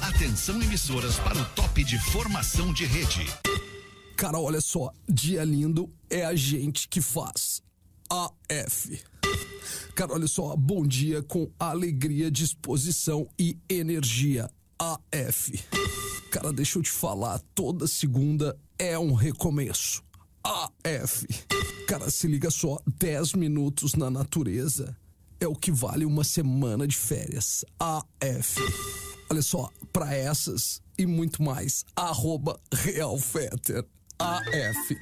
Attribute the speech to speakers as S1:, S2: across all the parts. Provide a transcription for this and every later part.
S1: Atenção emissoras para o top de formação de rede.
S2: Cara, olha só, dia lindo é a gente que faz. AF. Cara, olha só, bom dia com alegria, disposição e energia. AF. Cara, deixa eu te falar, toda segunda é um recomeço. AF. Cara, se liga só, 10 minutos na natureza é o que vale uma semana de férias. AF. Olha só, para essas e muito mais, arroba RealFetter. AF.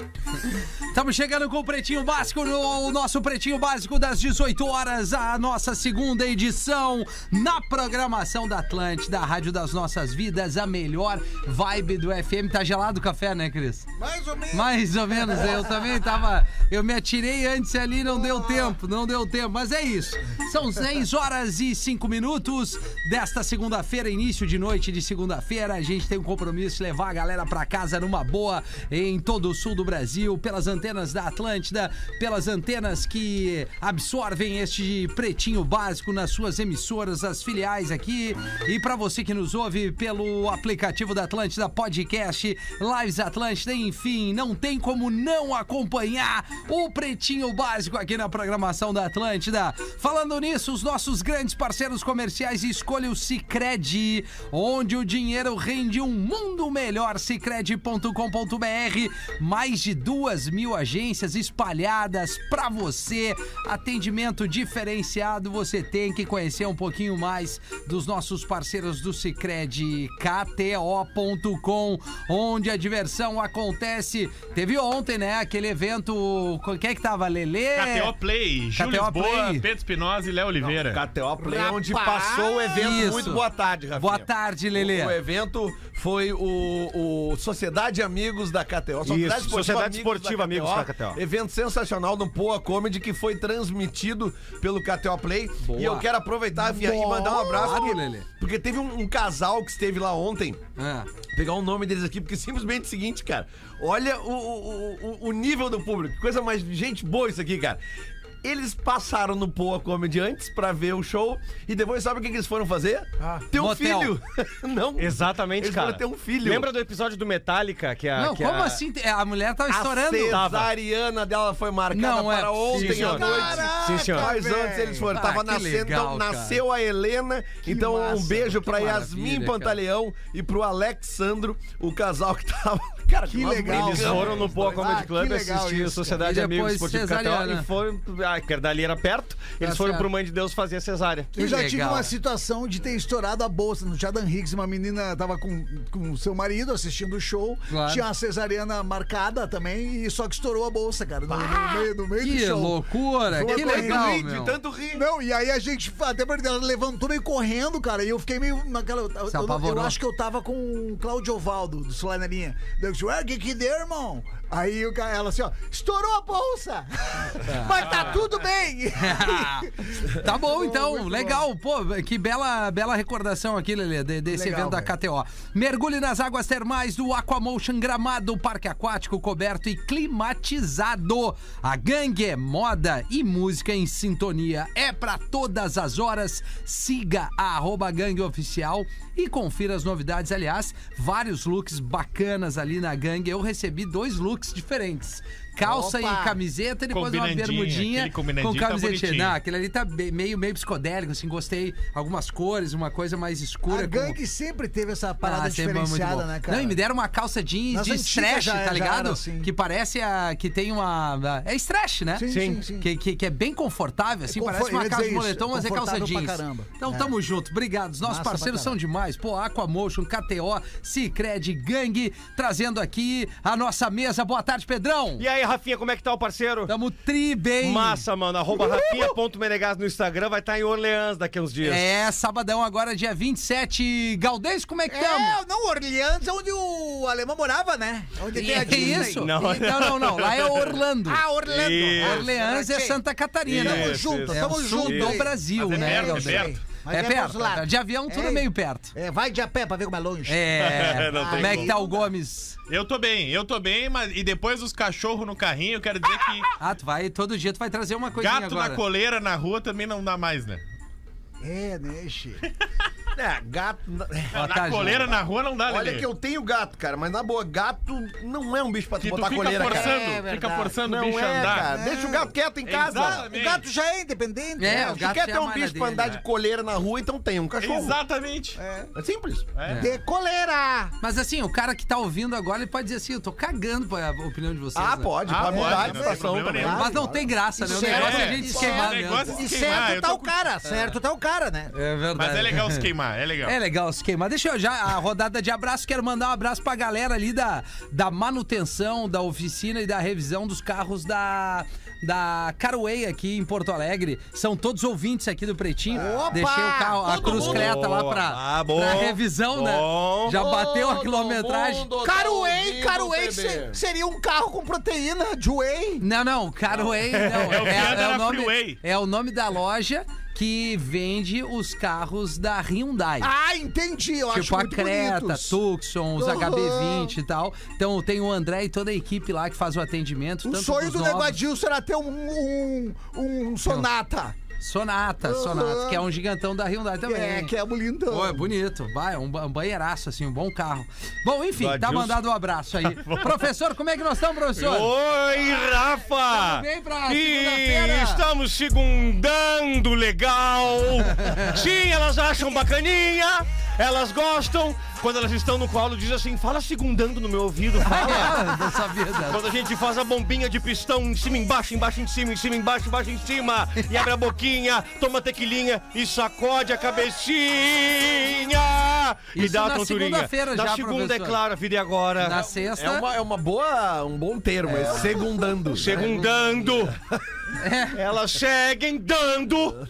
S3: Estamos chegando com o Pretinho Básico, no- o nosso Pretinho Básico das 18 horas, a nossa segunda edição na programação da Atlântida, a Rádio das Nossas Vidas, a melhor vibe do FM. Tá gelado o café, né, Cris?
S4: Mais ou menos.
S3: Mais ou menos, eu também tava. Eu me atirei antes ali, não deu tempo, não deu tempo, mas é isso. São 6 horas e 5 minutos desta segunda-feira, início de noite de segunda-feira. A gente tem um compromisso de levar a galera pra casa numa boa em todo o sul do Brasil, pelas antenas da Atlântida, pelas antenas que absorvem este pretinho básico nas suas emissoras, as filiais aqui. E pra você que nos ouve pelo aplicativo da Atlântida Podcast, Lives Atlântida, enfim, não tem como não acompanhar o Pretinho Básico aqui na programação da Atlântida. Falando nisso, os nossos grandes parceiros comerciais escolhem o Cicred, onde o dinheiro rende um mundo melhor. Cicred.com.br, mais de duas mil agências espalhadas pra você. Atendimento diferenciado, você tem que conhecer um pouquinho mais dos nossos parceiros do Cicred, KTO.com, onde a diversão acontece. Teve ontem, né, aquele evento, quem é que tava? Lelê?
S5: KTO Play, Júlio
S3: KTO
S5: Lisboa,
S3: Play.
S5: Pedro Espinosa e Léo Oliveira.
S4: KTO Play, é
S3: Rapaz!
S4: onde passou o evento.
S3: É. Isso.
S4: Muito boa tarde, Rafinha.
S3: Boa tarde, Lelê.
S4: O evento foi o, o Sociedade Amigos da KTO.
S6: Isso, Sociedade Esportiva Amigos da KTO.
S4: Evento sensacional no Poa Comedy que foi transmitido pelo KTO Play.
S3: Boa.
S4: E eu quero aproveitar Rafinha, e mandar um abraço.
S3: Claro, Lelê.
S4: porque, porque teve um, um casal que esteve lá ontem.
S3: Ah,
S4: Pegar o nome deles aqui, porque simplesmente é o seguinte, cara. Olha o, o, o- o nível do público. que Coisa mais. Gente boa isso aqui, cara. Eles passaram no Poa Comedy antes pra ver o show. E depois, sabe o que, que eles foram fazer? ter um
S3: motel.
S4: filho. Não.
S6: Ah, Exatamente,
S4: Eles
S6: cara.
S4: foram ter um filho.
S6: Lembra do episódio do Metallica que a.
S3: Não,
S6: que
S4: é
S3: como
S6: a-
S3: assim? A mulher tava
S4: A
S3: estourando.
S4: cesariana dela foi marcada
S3: Não é
S4: para ontem
S6: possível,
S4: à noite.
S6: cara. Sim, senhor.
S4: Mas antes eles foram.
S3: Ah,
S4: Tava
S3: que
S4: nascendo,
S3: legal,
S4: então
S3: cara.
S4: nasceu a Helena. então um
S3: massa,
S4: beijo
S3: que
S4: pra Yasmin
S3: maravilha, cara.
S4: Pantaleão e pro Alexandro, o casal que tava. Cara,
S7: Que
S4: nós
S7: legal,
S6: Eles
S4: brincamos.
S6: foram no Boa Comedy
S7: Ah,
S6: Club
S7: que legal
S6: assistir
S7: isso,
S6: Sociedade de
S3: cara. E
S6: Amigos
S3: depois
S6: Esportivo
S3: cesariana.
S6: KTO e foram. Ah, que ali era perto. Eles
S3: Tá
S6: foram
S3: certo.
S6: pro Mãe de Deus fazer a cesárea.
S7: eu já tive
S3: legal.
S7: uma situação de ter estourado a bolsa no Chatham Hicks. Uma menina tava com, com seu marido assistindo o show.
S3: Claro.
S7: Tinha uma cesariana marcada também, e só que estourou a bolsa, cara, no, no meio, no meio do
S3: Que
S7: show.
S3: loucura, que
S4: Depois
S3: legal,
S4: ri, de
S3: meu.
S4: tanto rir.
S7: Não, e aí a gente até perdeu, ela levantou meio correndo, cara, e eu fiquei meio naquela. Eu, eu,
S3: apavorou.
S7: eu acho que eu tava com o Claudio Valdo, do Solanelinha. Daí eu disse, ué, que que deu, irmão? Aí o cara- ela assim, ó, estourou a bolsa! Mas tá tudo bem!
S3: É, tá bom, então. legal. Pô, que bela, bela recordação aqui, Lelê, de- desse
S7: Legal,
S3: evento da
S7: velho.
S3: KTO. Mergulhe nas águas termais do Aquamotion Gramado, parque aquático coberto e climatizado. A gangue é moda e música em sintonia. É pra todas as horas. Siga a arroba gangue oficial e confira as novidades. Aliás, vários looks bacanas ali na gangue. Eu recebi dois looks diferentes. Calça
S7: Opa!
S3: e camiseta e depois uma
S5: Combinandinho,
S3: bermudinha
S5: aquele
S3: com
S5: combinandinho tá
S3: camiseta.
S5: bonitinho.
S3: Não, Aquele ali tá be- meio, meio psicodélico, assim, gostei. Algumas cores, uma coisa mais escura.
S7: A
S3: com-
S7: gangue sempre teve essa parada
S3: Ah, sempre foi muito
S7: diferenciada,
S3: bom.
S7: né, cara?
S3: Não, e me deram uma calça jeans
S7: Nas
S3: de
S7: antigas
S3: stretch,
S7: já-
S3: tá
S7: já
S3: ligado?
S7: era assim.
S3: Que parece a, que tem uma... É stretch, né?
S7: Sim, sim, sim.
S3: Que, que, que é bem confortável, assim,
S7: É confo-
S3: parece
S7: eu
S3: uma
S7: ia
S3: calça de
S7: dizer isso,
S3: moletom, mas é calça
S7: confortável pra
S3: jeans.
S7: caramba.
S3: Então
S7: É.
S3: tamo junto, obrigado. Os nossos
S7: Massa pra
S3: parceiros são
S7: caramba.
S3: demais. Pô, Aquamotion, KTO, Cicred, Gang, trazendo aqui a nossa mesa. Boa tarde, Pedrão.
S6: E aí, Rafinha, como é que tá o parceiro?
S3: Tamo tri bem.
S6: Massa, mano. Arroba Rafinha.menegas no Instagram, vai estar em Orleans daqui a uns dias.
S3: É, sabadão agora, dia 27. Galdês, como é que
S8: É,
S3: estamos?
S8: não, Orleans é onde o alemão morava, né? Onde tem a
S3: que
S8: Disney.
S3: É isso?
S6: Não.
S3: não, não, não. Lá é Orlando.
S8: Ah, Orlando.
S6: Isso.
S3: Orleans é
S8: Ok.
S3: Santa Catarina.
S6: Isso,
S3: Tamo
S6: isso,
S3: junto,
S6: isso.
S3: tamo
S8: Isso.
S3: junto do
S8: Isso.
S3: Brasil,
S5: Mas é
S3: né,
S5: perto, é
S3: Galdês?
S5: perto.
S8: Mas
S3: É
S8: é
S3: perto.
S8: pros lados.
S3: De avião, tudo
S8: É.
S3: meio perto.
S8: É, vai de a pé pra ver como é longe.
S3: É.
S6: Não tem
S3: como é que
S6: como.
S3: tá o Gomes?
S5: Eu tô bem, eu tô bem, mas e depois os cachorros no carrinho, eu quero dizer que
S3: Ah, tu vai, todo dia tu vai trazer uma coisinha
S5: gato
S3: agora.
S5: na coleira na rua também não dá mais, né?
S7: É, né, Xê?
S4: É, gato.
S3: Boa
S5: na
S3: tarde,
S5: coleira,
S3: Lelê.
S5: na rua não dá,
S4: Olha
S5: Lelê.
S4: que eu tenho gato, cara, mas na boa, gato não é um bicho pra tu
S5: Que tu
S4: botar
S5: fica
S4: coleira, cara.
S5: forçando,
S8: É
S5: fica
S8: verdade.
S5: forçando o
S4: Não
S5: bicho a
S4: é,
S5: andar. É,
S4: cara. Deixa o gato quieto em casa.
S5: Exatamente.
S8: O gato já é independente.
S3: É,
S8: né?
S3: o
S4: Tu
S3: gato
S4: quer
S3: é
S4: ter
S3: a
S4: um
S3: malha
S4: bicho pra
S3: dele,
S4: andar
S3: né?
S4: de coleira na rua, então tem um cachorro.
S5: Exatamente.
S4: É simples.
S8: De coleira.
S3: Mas assim, o cara que tá ouvindo agora, ele pode dizer assim, eu tô cagando pra opinião de vocês.
S4: Ah,
S3: né?
S4: pode,
S5: Ah,
S4: pode
S5: pode,
S4: mudar
S5: não
S4: de
S5: tem
S4: estação
S5: problema
S4: também.
S5: nenhum.
S3: Mas não tem graça, né? O
S8: Isso é-
S3: negócio é a gente
S8: isso
S3: se
S8: é-
S3: queimar
S5: o negócio
S3: mesmo.
S5: Se
S8: E
S5: queimar,
S8: certo
S5: eu
S8: tá
S5: tô
S8: o
S5: com-
S8: cara, certo tá o cara, né?
S3: É verdade.
S5: Mas é legal se queimar, é legal.
S3: É legal se queimar. Deixa eu já a rodada de abraço. Quero mandar um abraço pra galera ali da, da manutenção, da oficina e da revisão dos carros da, da Carway aqui em Porto Alegre. São todos ouvintes aqui do Pretinho.
S8: Opa!
S3: Deixei o carro, a
S8: Todo
S3: Cruz
S8: mundo!
S3: Creta lá pra,
S6: Ah, bom.
S3: pra revisão,
S6: Bom.
S3: né? Já bateu a
S4: Todo
S3: quilometragem.
S4: mundo tá
S8: Caruei,
S4: ouvindo,
S8: Caruei
S4: bebê.
S8: se- seria um carro com proteína de whey.
S3: Não, não, Carway não. É,
S5: o que anda na
S3: nome,
S5: freeway.
S3: é o nome da loja que vende os carros da Hyundai.
S8: Ah, entendi. Eu acho
S3: Tipo a
S8: muito
S3: Creta,
S8: bonitos.
S3: Tucson, os
S8: Uhum.
S3: HB20 e tal. Então tem o André e toda a equipe lá que faz o atendimento.
S8: O
S3: tanto
S8: Um sonho
S3: dos
S8: do
S3: novos-
S8: Nego Adilson era ter um, um, um sonata.
S3: Sonata, Sonata, que é um gigantão da Hyundai também.
S8: É, que é bonito.
S3: Pô, é bonito, vai, é um ba- um banheiraço, assim, um bom carro. Bom, enfim, tá mandado um abraço aí. professor, como é que nós estamos, professor?
S6: Oi, Rafa!
S3: Tudo bem pra
S6: E
S3: segunda-feira?
S6: estamos segundando legal! Sim, elas acham bacaninha, elas gostam. Quando elas estão no colo, diz assim: fala segundando no meu ouvido, fala.
S3: É, dessa vida.
S6: Quando a gente faz a bombinha de pistão em cima, embaixo, embaixo, em cima, em cima, embaixo, embaixo, em cima, e abre a boquinha, toma tequilinha e sacode a cabecinha e
S3: Isso
S6: dá
S3: na
S6: a tonturinha.
S3: segunda-feira já,
S6: Na segunda, é
S3: professor.
S6: claro, a vida é agora.
S3: Na sexta.
S4: É uma, é uma boa, um bom termo, é, segundando.
S6: Segundando. Elas seguem dando.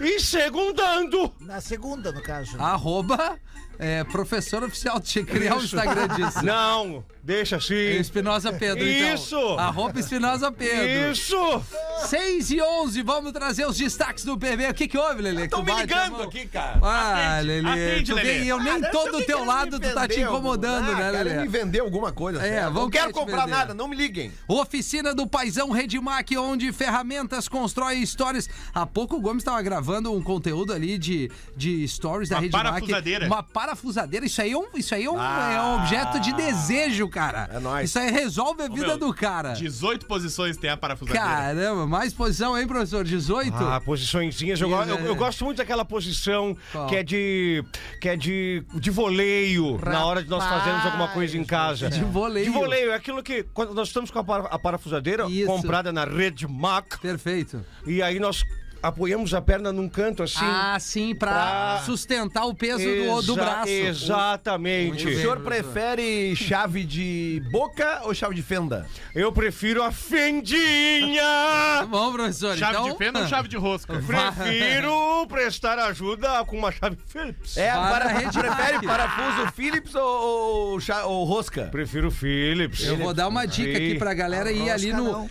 S6: E segundando.
S8: Na segunda, no caso.
S5: Ah,
S3: Arroba é, professor oficial. Tinha que criar o Instagram disso.
S6: Não, deixa assim.
S3: Espinosa Pedro,
S6: Isso!
S3: então. Arroba Espinosa Pedro.
S6: Isso.
S3: 6 e 11, vamos trazer os destaques do PB. O que, que houve, Lelê?
S4: Estão
S3: Tu
S4: me
S3: bate a
S4: ligando
S3: mão?
S4: aqui, cara.
S3: Ah,
S5: Atende,
S3: Lelê,
S5: atende,
S3: tu
S5: Lelê.
S3: vem, eu nem
S4: Deve
S3: tô
S4: ser
S3: do
S4: que
S3: teu
S4: querem me
S3: lado, tu tá te
S4: vender algum-
S3: incomodando,
S4: Ah,
S3: né,
S4: querem me
S3: Lelê?
S4: vender alguma coisa.
S3: É,
S4: É,
S3: vamos
S4: não
S3: querer
S4: quero
S3: te
S4: comprar
S3: vender.
S4: nada, não me liguem.
S3: Oficina do Paizão Redmac, onde ferramentas constroem stories. Há pouco o Gomes estava gravando um conteúdo ali de, de stories da
S5: Uma
S3: Redmac.
S5: parafusadeira. Ah.
S3: Uma parafusadeira. Isso aí é um, isso aí é um, é um objeto de desejo, cara.
S4: É nóis.
S3: Isso aí resolve a vida
S5: meu,
S3: do cara.
S5: 18 posições tem a parafusadeira.
S3: Caramba, mais posição, hein, professor? 18?
S6: Ah, posiçõezinhas. Eu, go- eu- eu gosto muito daquela posição
S3: Qual?
S6: que é de. que é de. de voleio na hora de nós fazermos alguma coisa em casa.
S3: De voleio.
S6: De voleio. É aquilo que. Quando nós estamos com a, para- a parafusadeira
S3: Isso.
S6: comprada na rede Mac,
S3: Perfeito.
S6: e aí nós apoiamos a perna num canto assim.
S3: Ah, sim, pra,
S6: Pra-
S3: sustentar o peso do, do
S6: Exa-
S3: braço.
S6: Exatamente.
S3: Muito
S4: O
S3: bem.
S4: senhor
S3: professor.
S4: prefere chave de boca ou chave de fenda?
S6: Eu prefiro a fendinha!
S3: Tá bom, professor.
S5: Chave
S3: então,
S5: de fenda ou chave de rosca?
S6: Prefiro prestar ajuda com uma chave Phillips.
S4: É,
S3: Para
S4: para,
S3: a rede
S4: prefere
S3: Mac.
S4: parafuso Phillips ou, ou cha- ou rosca?
S6: Prefiro Phillips.
S3: Eu vou dar uma dica aqui pra galera ir ali no
S8: não.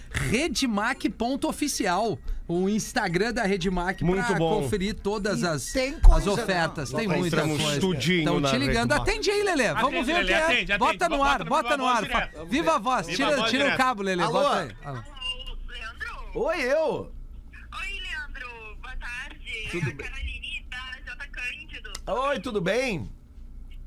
S3: redmac.oficial, o Instagram da Redmac, pra
S6: Muito bom.
S3: conferir todas
S8: E
S3: as,
S8: tem
S3: as
S8: coisa,
S3: ofertas.
S8: não.
S3: Tem
S6: Nós
S3: muita
S6: entramos
S3: coisa.
S6: tudinho
S3: Então
S6: na
S3: te ligando.
S6: Redmac.
S3: Atende aí, Lelê. Vamos
S5: Atende,
S3: ver o que
S5: Lelê,
S3: é.
S5: atende, atende.
S3: Bota no
S5: Bota
S3: ar,
S5: no
S3: bota
S5: viva
S3: no
S5: voz
S3: ar.
S5: direto.
S3: Fa- Viva a voz.
S5: Viva
S3: Tira,
S5: voz
S3: tira o
S5: direto.
S3: cabo, Lelê.
S4: Alô?
S3: Bota aí. Ah, Alô.
S9: Alô, Leandro?
S4: Oi, eu.
S9: Oi, Leandro. Boa tarde.
S4: Tudo
S9: é a
S4: bem?
S9: Caroline da J. Cândido.
S4: Oi, tudo bem?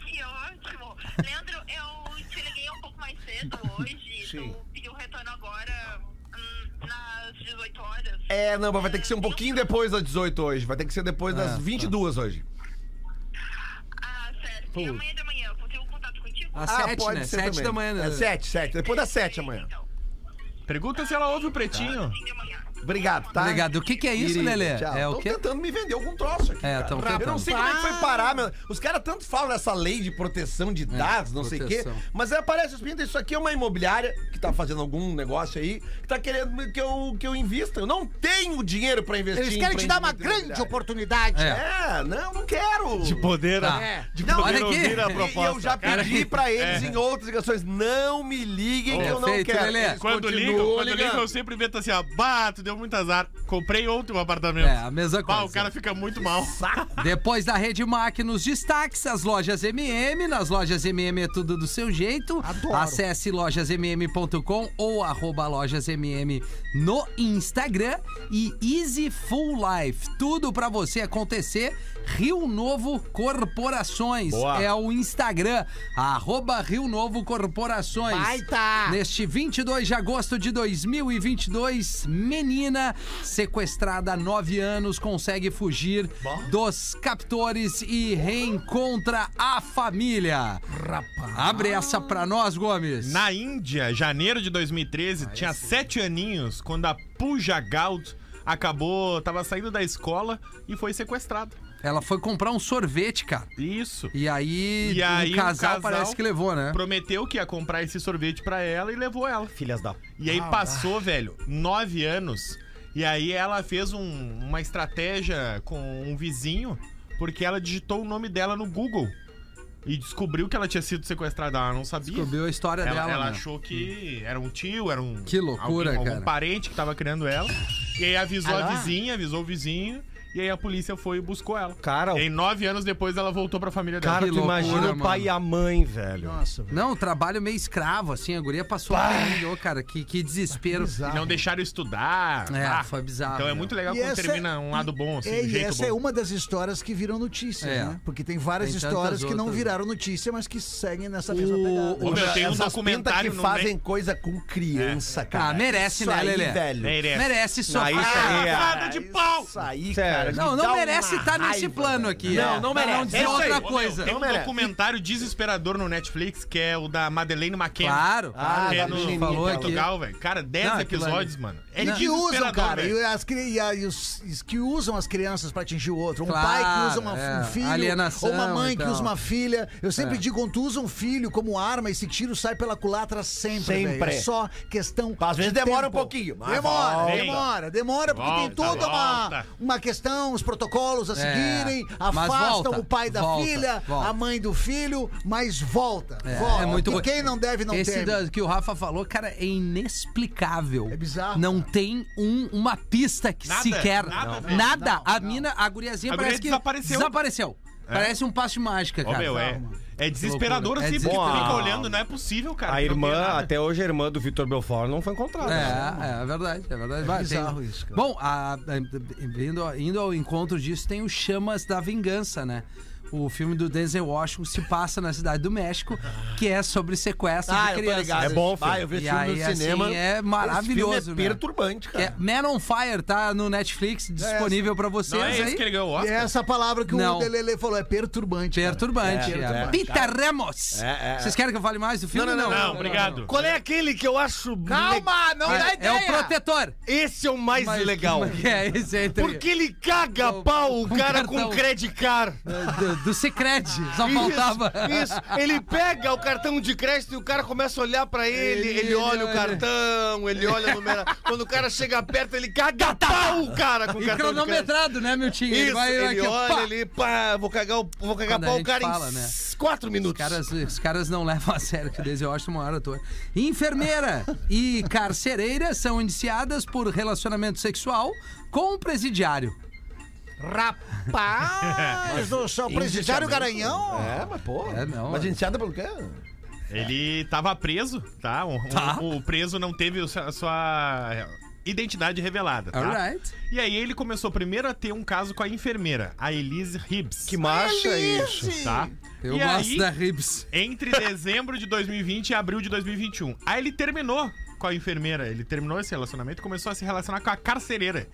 S9: Que ótimo. Leandro, eu te liguei um pouco mais cedo hoje.
S4: Sim.
S9: Tu pediu retorno agora hum, nas 18 horas.
S4: É, não, mas vai ter que ser um pouquinho depois das 18 hoje. Vai ter que ser depois das 22 hoje.
S9: Ah, certo. E amanhã de manhã, eu vou ter um contato contigo?
S3: Às sete, né? Sete
S4: Ah, também.
S3: da manhã, né?
S4: É 7, 7. Depois das 7 amanhã.
S9: Então,
S5: Pergunta se ela ouve o pretinho.
S9: de manhã.
S4: Obrigado, tá?
S3: Obrigado. O que, que é isso,
S4: Querida,
S3: Lelê?
S4: tchau.
S3: É o
S4: Tão
S3: quê?
S4: tentando me vender algum troço aqui.
S3: É,
S4: cara.
S3: tão
S4: Eu não
S3: tentando. Ah!
S4: sei como é que foi parar, meu. Os caras tanto falam dessa lei de proteção de dados, não sei o quê.
S3: É, proteção.
S4: Mas aí aparece os pintos, isso aqui é uma imobiliária que tá fazendo algum negócio aí, que tá querendo que eu, que eu invista. Eu não tenho dinheiro pra investir.
S8: Eles
S4: em
S8: querem te dar uma
S4: empreendimento
S8: grande
S4: imobiliário.
S8: oportunidade.
S3: É.
S4: É, não, não quero.
S6: De poder,
S5: né?
S3: Tá.
S8: É.
S6: a- de
S3: Não,
S6: poder
S3: olha aqui.
S6: ouvir a
S3: E
S4: E
S6: proposta.
S4: eu já
S6: cara.
S4: pedi pra eles em outras ligações, não me liguem que eu não
S3: é. Perfeito,
S4: quero.
S3: Lelê.
S4: Eles
S5: Quando
S4: continuam
S5: ligam, quando
S4: ligando.
S5: ligam, eu sempre invento assim, ó, bato, deu muito azar. Comprei outro apartamento.
S3: É, a mesma
S5: Bah,
S3: coisa.
S5: o cara fica muito mal.
S3: Depois da Rede Mac nos destaques, as lojas MM. Nas lojas MM é tudo do seu jeito.
S7: Adoro.
S3: Acesse lojasmm.com ou arroba lojasmm no Instagram. E Easy Full Life. Tudo pra você acontecer. Rio Novo Corporações.
S4: Boa.
S3: É o Instagram. Arroba Rio Novo Corporações.
S8: Baita!
S3: Neste 22 de agosto de 2022, menina sequestrada há 9 anos consegue fugir dos captores e reencontra a família. Rapaz. Abre essa pra nós, Gomes.
S5: Na Índia, janeiro de 2013, tinha sete aninhos quando a Pooja Gaud acabou, tava saindo da escola e foi sequestrada.
S3: Ela foi comprar um sorvete, cara.
S5: Isso.
S3: E aí,
S5: E
S3: um
S5: aí um
S3: casal
S5: casal
S3: parece que levou, né?
S5: Prometeu que ia comprar esse sorvete pra ela e levou ela. Filhas da. Ah, E aí passou, velho, nove anos. E aí ela fez um- uma estratégia com um vizinho, porque ela digitou o nome dela no Google. E descobriu que ela tinha sido sequestrada. Ela não sabia.
S3: Descobriu a história
S5: Ela,
S3: dela.
S5: ela
S3: né?
S5: achou que era um tio, era um.
S3: Que loucura,
S5: alguém,
S3: cara.
S5: Algum parente que tava criando ela. E aí avisou
S8: Alô?
S5: a vizinha, avisou o vizinho. E aí a polícia foi e buscou ela.
S6: Cara,
S5: E aí, nove anos depois ela voltou pra família dela.
S6: cara
S3: que
S6: tu imagina
S3: loucura,
S6: o pai
S3: mano.
S6: e a mãe, velho.
S7: Nossa, velho.
S3: Não, um trabalho meio escravo, assim. A guria passou perrengue, cara. Que, que desespero.
S5: E não deixaram estudar.
S3: É,
S5: Ah,
S3: foi bizarro,
S5: Então é
S3: meu.
S5: muito legal
S7: E
S5: quando
S7: essa é-
S5: termina um lado bom, assim,
S7: É,
S5: um
S7: e
S5: jeito
S7: essa é
S5: bom.
S7: uma das histórias que viram notícia,
S3: É.
S7: né? Porque tem várias
S3: Tem tantas
S7: histórias que não
S3: outras.
S7: viraram notícia, mas que seguem nessa mesma pegada.
S5: Ô, meu, tem um
S4: Essas
S5: documentário
S4: pintas
S5: no
S4: que fazem coisa com criança, cara.
S3: Ah, merece,
S4: Isso
S3: né,
S4: aí,
S3: Lelê?
S4: velho.
S5: Merece.
S3: Merece sofrer. Ah,
S6: Aí isso aí é-
S5: Nada de pau!
S4: Isso aí, cara.
S6: Sério.
S4: me
S3: Não,
S4: dá
S3: não
S4: uma
S3: merece estar nesse
S4: raiva,
S3: plano
S4: velho.
S3: aqui.
S6: Não, não
S3: Pra
S6: merece.
S3: Não
S6: É
S3: dizer
S6: isso aí.
S3: outra
S6: Ô, meu,
S3: coisa.
S5: Tem um
S4: merece.
S5: documentário desesperador no Netflix que é o da Madeleine McKenna.
S3: Claro,
S7: Ah,
S3: claro.
S5: que é
S7: da
S5: no
S7: menininha
S3: falou aqui.
S5: Portugal, velho. Cara, 10
S3: Não, aquilo
S5: episódios,
S3: ali.
S5: mano. É
S7: E que usam,
S5: desesperador,
S7: cara,
S5: velho.
S7: e, as, cri- e, a- e os, e os que usam as crianças pra atingir o outro. Um
S3: Claro,
S7: pai que usa uma-
S3: é,
S7: um filho,
S3: alienação
S7: ou uma mãe
S3: e
S7: que
S3: tal.
S7: usa uma filha. Eu sempre
S3: É.
S7: digo, quando tu usa um filho como arma, esse tiro sai pela culatra sempre,
S4: Sempre.
S7: velho. É só questão
S4: Às vezes
S7: de
S4: demora
S7: tempo.
S4: um pouquinho, mas
S7: demora,
S4: volta.
S7: demora, demora, porque tem
S5: Volta,
S7: toda uma,
S5: volta.
S7: uma questão, os protocolos a seguirem,
S3: É, mas
S7: afastam
S3: volta,
S7: o pai da
S3: volta,
S7: filha,
S3: volta.
S7: a mãe do filho, mas volta,
S3: É,
S7: volta.
S3: é muito
S7: e
S3: bom.
S7: quem não deve, não
S3: Esse
S7: teme.
S3: da- que o Rafa falou, cara, é inexplicável.
S7: É bizarro,
S3: Não
S7: cara.
S3: tem um- uma pista que
S5: Nada,
S3: sequer.
S5: nada,
S3: Nada.
S5: velho.
S3: a mina, a guriazinha
S5: A guria
S3: parece que
S5: desapareceu.
S3: desapareceu. Parece um passo de mágica,
S5: Ó,
S3: cara.
S5: meu, é, é desesperador,
S3: loucura. É
S5: assim, porque tu
S6: desesperador.
S5: fica olhando, não é possível, cara.
S6: A
S5: que não tem
S6: irmã,
S5: nada.
S6: até hoje a irmã do Vitor Belfort não foi encontrada.
S3: É, é verdade, é verdade. Vai,
S7: bizarro isso, cara.
S3: Bom, a- a- indo, indo ao encontro disso, tem o Chamas da Vingança, né? O filme do Denzel Washington se passa na cidade do México, que é sobre sequestro
S4: Ah,
S3: de
S4: eu tô
S3: crianças.
S4: ligado.
S6: É bom, filho.
S4: Ah, eu vi esse
S3: E
S4: filme
S3: aí,
S4: no
S3: assim,
S4: cinema.
S3: é maravilhoso,
S4: Esse filme
S3: né?
S4: é perturbante,
S3: Que
S4: cara.
S3: é Man on Fire, tá no Netflix, disponível pra vocês
S5: Não é
S3: aí.
S5: esse que ele ganhou o
S7: E é
S5: Oscar?
S7: essa palavra que
S3: Não.
S7: o Delele falou, é perturbante. cara.
S3: Perturbante. é. Pita Ramos!
S4: É, é.
S3: Vocês querem que eu fale mais do filme?
S6: Não, não, não,
S5: Não, obrigado.
S6: Qual é aquele que eu acho...
S8: Calma, não
S3: É,
S8: dá
S3: é o
S8: ideia.
S3: protetor.
S6: Esse é o mais
S3: Mas-
S6: legal.
S3: É, esse aí. também.
S6: Porque ele caga a pau o
S3: com
S6: cara
S3: um cartão. É.
S6: com credit card.
S3: Do, do Secret, só faltava.
S6: Isso, isso. Ele pega o cartão de crédito e o cara começa a olhar pra ele,
S3: Ele né, é.
S6: ele, olha o
S3: olha.
S6: cartão, ele olha a numera... Quando o cara chega perto, ele caga a pau o cara com
S3: Tá, E
S6: o cartão de crédito.
S3: cronometrado, né, meu tio?
S6: Isso, ele,
S3: aqui, ó,
S6: olha
S3: pá!
S6: ali, pá, vou cagar, o- vou cagar
S3: Quando a
S6: pau o
S3: gente
S6: cara
S3: fala,
S6: em
S3: né?
S6: quatro
S3: Os
S6: minutos.
S3: caras, os caras não levam a sério que o Denzel Washington é o maior ator. Enfermeira e carcereira são indiciadas por relacionamento sexual com um presidiário.
S7: Rapaz do céu, presidiário Garanhão?
S4: É, mas pô.
S3: É, não,
S4: mas
S3: é.
S4: indiciada pelo quê?
S5: Ele tava preso, tá? O, o- o preso não teve o seu- a sua identidade revelada, tá?
S3: Alright.
S5: E aí ele começou primeiro a ter um caso com a enfermeira, a Elise Hibbs.
S6: Que marcha é isso?
S5: tá?
S3: Eu
S5: e
S3: gosto
S5: aí,
S3: da Ribs.
S5: entre dezembro de 2020 e abril de 2021. Aí ele terminou com a enfermeira, ele terminou esse relacionamento e começou a se relacionar com a carcereira,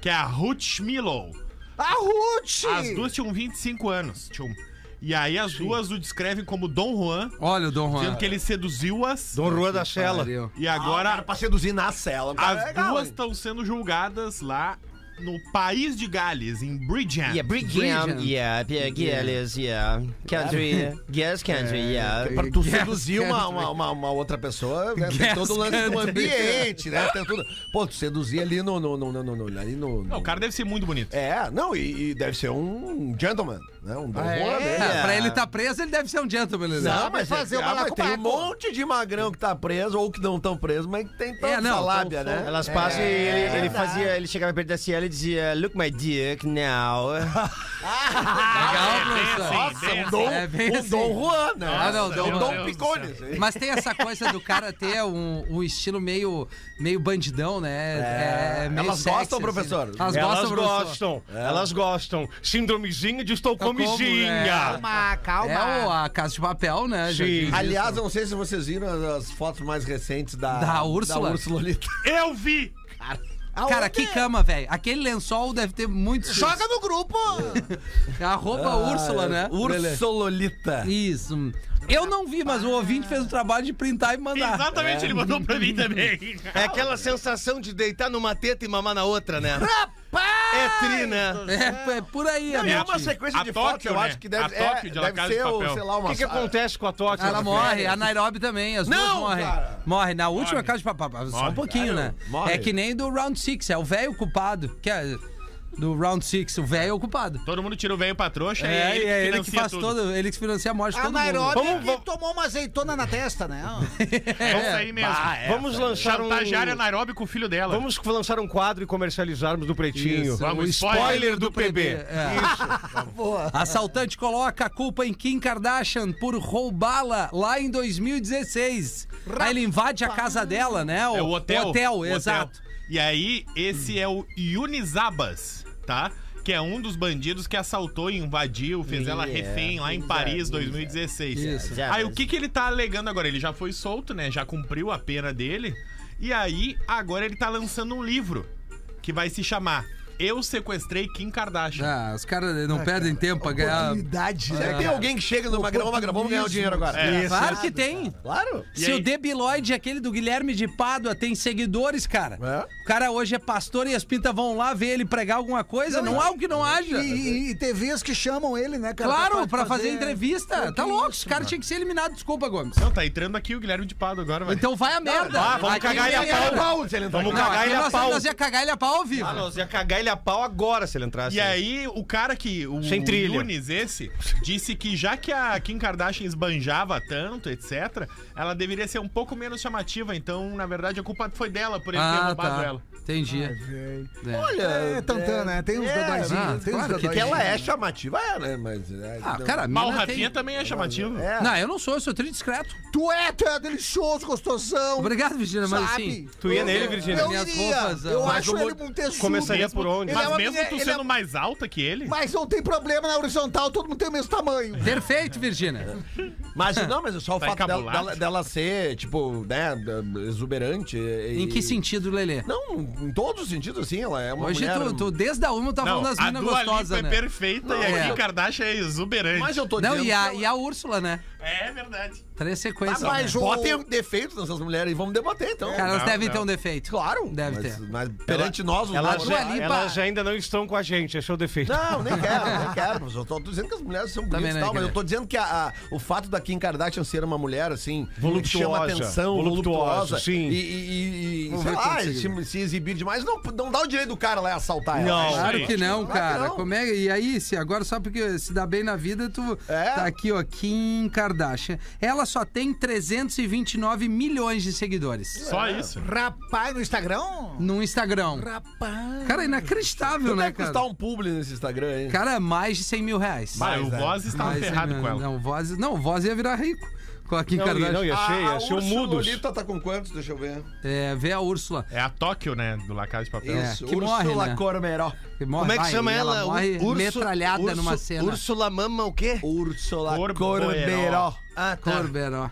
S5: que é a Ruth Milo.
S7: A Ruth!
S5: As duas tinham 25 anos. Tinham... E aí as duas o descrevem como Dom Juan,
S3: Olha o Dom Juan.
S5: dizendo que ele seduziu-as.
S6: Dom Rua da Sela.
S3: Pariu.
S5: E
S4: Agora,
S5: agora
S4: Ah, tá pra seduzir na cela.
S5: as duas estão sendo julgadas lá no país de Gales, em Bridgend.
S6: Yeah,
S4: é
S6: Ah. Brigham,
S3: Bridgend.
S6: yeah, yeah, É, Gales, yeah. Country, yes, country, yeah.
S4: Pra tu seduzir uma, uma, uma, uma outra pessoa, né? tem
S3: Yes,
S4: todo o lance do
S3: country.
S4: ambiente, né? Tem tudo. Pô, tu seduzir ali no. no, no, no, no, no- ali no,
S5: Não,
S4: no-
S5: o cara deve ser muito bonito.
S4: É, não, e, e deve ser um gentleman, né? Um bom
S6: Ah,
S3: É, Pra ele estar preso, ele deve ser um gentleman, né?
S4: Não,
S7: mas
S4: mas,
S7: fazer
S4: é,
S7: o
S4: ah, mas tem um
S7: malacopaco.
S4: monte de magrão que tá preso, ou que não estão presos, mas que tem tanta
S3: É, não,
S4: lábia, né? É.
S6: Elas passam e ele, ele fazia, ele chegava perto da Ciela e dizia, look my dick now.
S4: É
S6: é,
S3: Legal,
S5: assim,
S3: professor.
S5: bem assim.
S4: um dom,
S3: É, bem
S4: um
S3: assim.
S4: Dom Juan, né?
S3: Ah,
S6: É
S3: não, Dom
S4: um
S3: Juan.
S4: Dom Picone.
S3: Mas tem essa coisa do cara ter um, um estilo meio, meio bandidão, né? É, meio
S4: Elas
S3: sexy,
S4: gostam, professor?
S3: Assim, né? Elas,
S6: Elas
S3: gostam, É. professor.
S6: gostam, elas gostam. Síndromezinha de Estocolmezinha.
S8: Calma, calma.
S3: É o, a Casa de Papel, né?
S6: Sim.
S3: Jardim Dias?
S4: Aliás, eu não sei se vocês viram as, as fotos mais recentes da,
S3: Da Úrsula?
S4: da Úrsula Lolita.
S3: é.
S5: Eu vi!
S3: Cara, que cama, velho. Aquele lençol deve ter muito...
S7: é Joga no grupo!
S3: Arroba
S4: Ah,
S3: Úrsula,
S4: é.
S3: né?
S4: Ursulolita.
S3: Isso. Eu não vi, mas o ouvinte fez o trabalho de printar e mandar.
S5: Exatamente, ele mandou pra mim também.
S6: É aquela sensação de deitar numa teta e mamar na outra, né? Rapaz! É tri, né?
S3: É, é por aí,
S4: Não, e é
S3: amigo.
S4: uma sequência
S5: A
S4: de
S5: Tóquio,
S4: fotos, eu
S5: né?
S4: acho que deve,
S5: A Tóquio
S4: é,
S5: de La
S4: deve
S5: Casa de
S4: ser, o,
S5: Papel.
S4: sei lá,
S6: O
S4: uma...
S6: que, que acontece com a Tóquio?
S3: Ela morre, a Nairobi também, as duas
S4: Não,
S3: morrem.
S4: cara.
S3: Morre na última
S5: Morre.
S3: casa de papel, só um
S5: Morre.
S3: pouquinho,
S4: Claro,
S3: né?
S4: morre.
S3: É que nem do Round Six, é o velho culpado, que é do Round Six, o velho é o culpado.
S5: Todo mundo tira o velho pra trouxa
S3: É,
S5: e
S3: é
S5: ele, que
S3: ele que
S5: financia
S3: faz
S5: tudo.
S3: todo, ele que financia a morte de
S7: A
S3: todo
S7: Nairobi
S3: mundo.
S7: que tomou uma azeitona na testa, né?
S5: Vamos sair mesmo.
S6: Vamos lançar um...
S5: Chantagear a Nairobi com o filho dela.
S6: Vamos lançar um quadro e comercializarmos do Pretinho.
S3: Isso,
S5: Vamos,
S3: o
S5: spoiler
S6: do PB.
S3: É. Assaltante coloca a culpa em Kim Kardashian por roubá-la lá em 2016. Aí ele invade a casa dela, né?
S5: É o hotel.
S3: hotel, exato.
S5: E aí, esse é o Yunizabas, tá? Que é um dos bandidos que assaltou e invadiu, fez ela refém lá em Paris, 2016.
S3: Isso.
S5: Aí o que, que ele tá alegando agora? Ele já foi solto, né? Já cumpriu a pena dele. E aí, agora ele tá lançando um livro que vai se chamar Eu Sequestrei Kim Kardashian.
S3: Ah, os caras
S5: É,
S3: não perdem tempo pra ganhar.
S7: Oportunidade.
S4: Será que tem alguém que chega no Magrão, Magrão, vamos ganhar o dinheiro agora.
S5: É.
S3: Claro que tem.
S4: Claro.
S5: E
S3: Se
S5: aí?
S3: o Debiloid, aquele do Guilherme de Pádua, tem seguidores, cara.
S4: É?
S3: O cara hoje é pastor e as pintas vão lá ver ele pregar alguma coisa. Não, há o que não haja.
S7: E, e, e TVs que chamam ele, né,
S8: tá
S7: cara?
S3: Claro,
S7: pode
S3: pra fazer entrevista.
S7: Pô,
S3: Tá
S7: que
S3: louco,
S7: isso,
S3: esse cara tinha que ser eliminado. Desculpa, Gomes.
S5: Não, tá entrando aqui o Guilherme de Pado agora, vai.
S3: Então vai a merda.
S6: Ah, vamos
S3: Aqui
S6: cagar ele a
S3: ninguém
S6: pau.
S3: entra.
S4: Pau, se ele entrar
S6: Vamos
S4: aqui.
S3: Não,
S6: cagar
S3: aqui
S6: ele a
S3: nós,
S6: pau.
S3: nós ia cagar ele a pau ao vivo.
S6: Ah, nós ia cagar ele a pau agora se ele entrasse.
S5: E aí, o cara que. O
S6: Sem trilha.
S5: Nunes, esse, disse que já que a Kim Kardashian esbanjava tanto, etc., ela deveria ser um pouco menos chamativa. Então, na verdade, a culpa foi dela por ele ter
S3: Ah,
S5: roubado
S3: tá.
S5: ela.
S3: Entendi. É.
S6: assim.
S4: Olha,
S7: É, tantã, né? Tem uns
S4: É,
S7: dodóizinhos.
S3: ah,
S7: Tem uns
S3: claro que
S4: Que ela
S7: dodóizinhos.
S4: é chamativa, é, né? Mas. é,
S3: Ah,
S4: não-
S3: cara, a
S5: Mas o
S3: mina
S5: Rafinha
S3: tem-
S5: também é chamativo.
S4: É.
S3: Não, eu não sou, eu sou tri discreto.
S7: Tu é, tu é delicioso, gostosão.
S3: Obrigado, Virginia, mas
S7: sabe?
S3: assim.
S6: Tu ia nele,
S7: Eu,
S6: Virgínia?
S7: eu
S3: Minhas
S7: iria.
S3: roupas, ah,
S7: eu
S3: mas
S7: acho
S6: como-
S7: ele um tesudo.
S6: começaria por onde?
S7: Ele
S5: Mas
S7: é uma
S5: mesmo
S7: menina-
S5: tu
S7: ele
S5: sendo
S7: é-
S5: mais alta que ele?
S7: Mas não tem problema na horizontal, todo mundo tem o mesmo tamanho.
S3: Perfeito, Virginia.
S4: Mas não, mas só o
S5: Tá
S4: fato dela,
S5: encabulado.
S4: dela, dela ser, tipo, né, exuberante. e-
S3: Em que sentido, Lelê?
S4: Não, em todos os sentidos, assim, ela é uma
S3: Hoje
S4: mulher...
S3: tu, tu, desde a uma, tá
S5: Não,
S3: falando das
S5: a
S3: minas
S5: Dua Lipa
S3: gostosas,
S5: é
S3: né?
S5: perfeita e
S3: Não,
S5: a Kim
S3: é.
S5: Kardashian é exuberante.
S4: Mas eu tô
S3: Não,
S4: dizendo...
S3: e a,
S4: que
S3: e a Úrsula, né?
S5: É verdade.
S3: Três sequências.
S4: ela- Mas
S3: né?
S4: botem defeitos nessas mulheres e vamos debater, então.
S3: Cara, elas
S5: Não,
S3: devem
S5: não.
S3: ter um defeito.
S4: claro.
S3: Deve
S4: mas,
S3: ter.
S4: Mas perante nós, os
S6: Elas,
S4: nós-
S3: Dua
S6: já-
S3: Lipa.
S6: elas ainda não estão com a gente, esse é o defeito.
S4: Não, nem quero, nem quero. professor. Eu tô dizendo que as mulheres são
S3: Também
S4: bonitas e
S3: não
S4: tal, mas
S3: quero.
S4: eu tô dizendo que a- a- o fato da Kim Kardashian ser uma mulher, assim, que
S6: Voluptuosa,
S4: chama atenção,
S6: voluptuosa,
S4: voluptuosa,
S6: sim.
S4: e, e, e-
S7: Vamos
S4: sei
S7: ver
S4: lá,
S7: quanto
S4: se, se exibir demais, não, não dá o direito do cara lá assaltar
S6: Não.
S4: ela. né? é
S3: Claro
S5: Gente,
S3: que não,
S4: claro que
S3: cara.
S4: não.
S3: Como é? E aí, se agora só porque se dá bem na vida, tu
S4: É.
S3: tá aqui, ó, Kim Kardashian. Ela só tem 329 milhões de seguidores
S5: Só isso.
S7: Rapaz, no Instagram?
S3: no Instagram.
S7: Rapaz.
S3: Cara, inacreditável,
S4: Como é
S3: né,
S4: que custar
S3: cara?
S4: um publi nesse Instagram, hein?
S3: Cara, mais de 100 mil reais.
S5: Mas o
S4: né?
S5: Voz estava
S3: Mais de
S5: ferrado
S3: mil-
S5: com ela.
S3: Não, voz, não, voz ia virar rico com a Kim
S6: Não,
S3: Kardashian.
S6: não, ia ser, ia
S4: a
S6: ser o
S4: Úrsula
S6: Mudos.
S4: Lolita tá com quantos? Deixa eu ver.
S3: É, vê a Úrsula.
S5: É a Tóquio, né? Do La Casa de Papel.
S3: É,
S4: Isso,
S3: que morre,
S4: Úrsula
S3: né?
S4: Cormeró.
S3: Que morre.
S6: Como é que
S3: Vai,
S6: chama
S3: e
S6: ela?
S3: morre
S6: Urso-
S3: metralhada
S6: Urso-
S3: numa cena.
S6: Úrsula mama o quê?
S4: Úrsula
S5: Corberó.
S4: Corberó.
S6: Ah, tá.
S3: Corberó.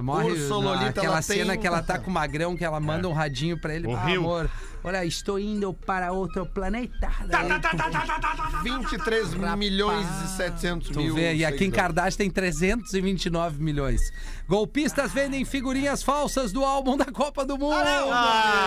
S3: Morre
S4: Urso
S3: na-
S4: Lolita,
S3: aquela
S4: ela tem
S3: cena
S4: um-
S3: que ela tá com o magrão, que ela manda um radinho pra ele.
S5: O
S3: Ah,
S5: Rio.
S3: amor, Olha, estou indo para outro planeta.
S4: tá, 23 milhões e 700
S3: Tu
S4: mil.
S3: vê, e aqui em
S4: seguidores.
S3: Kardashian tem 329 milhões. Golpistas vendem figurinhas falsas do álbum da Copa do Mundo.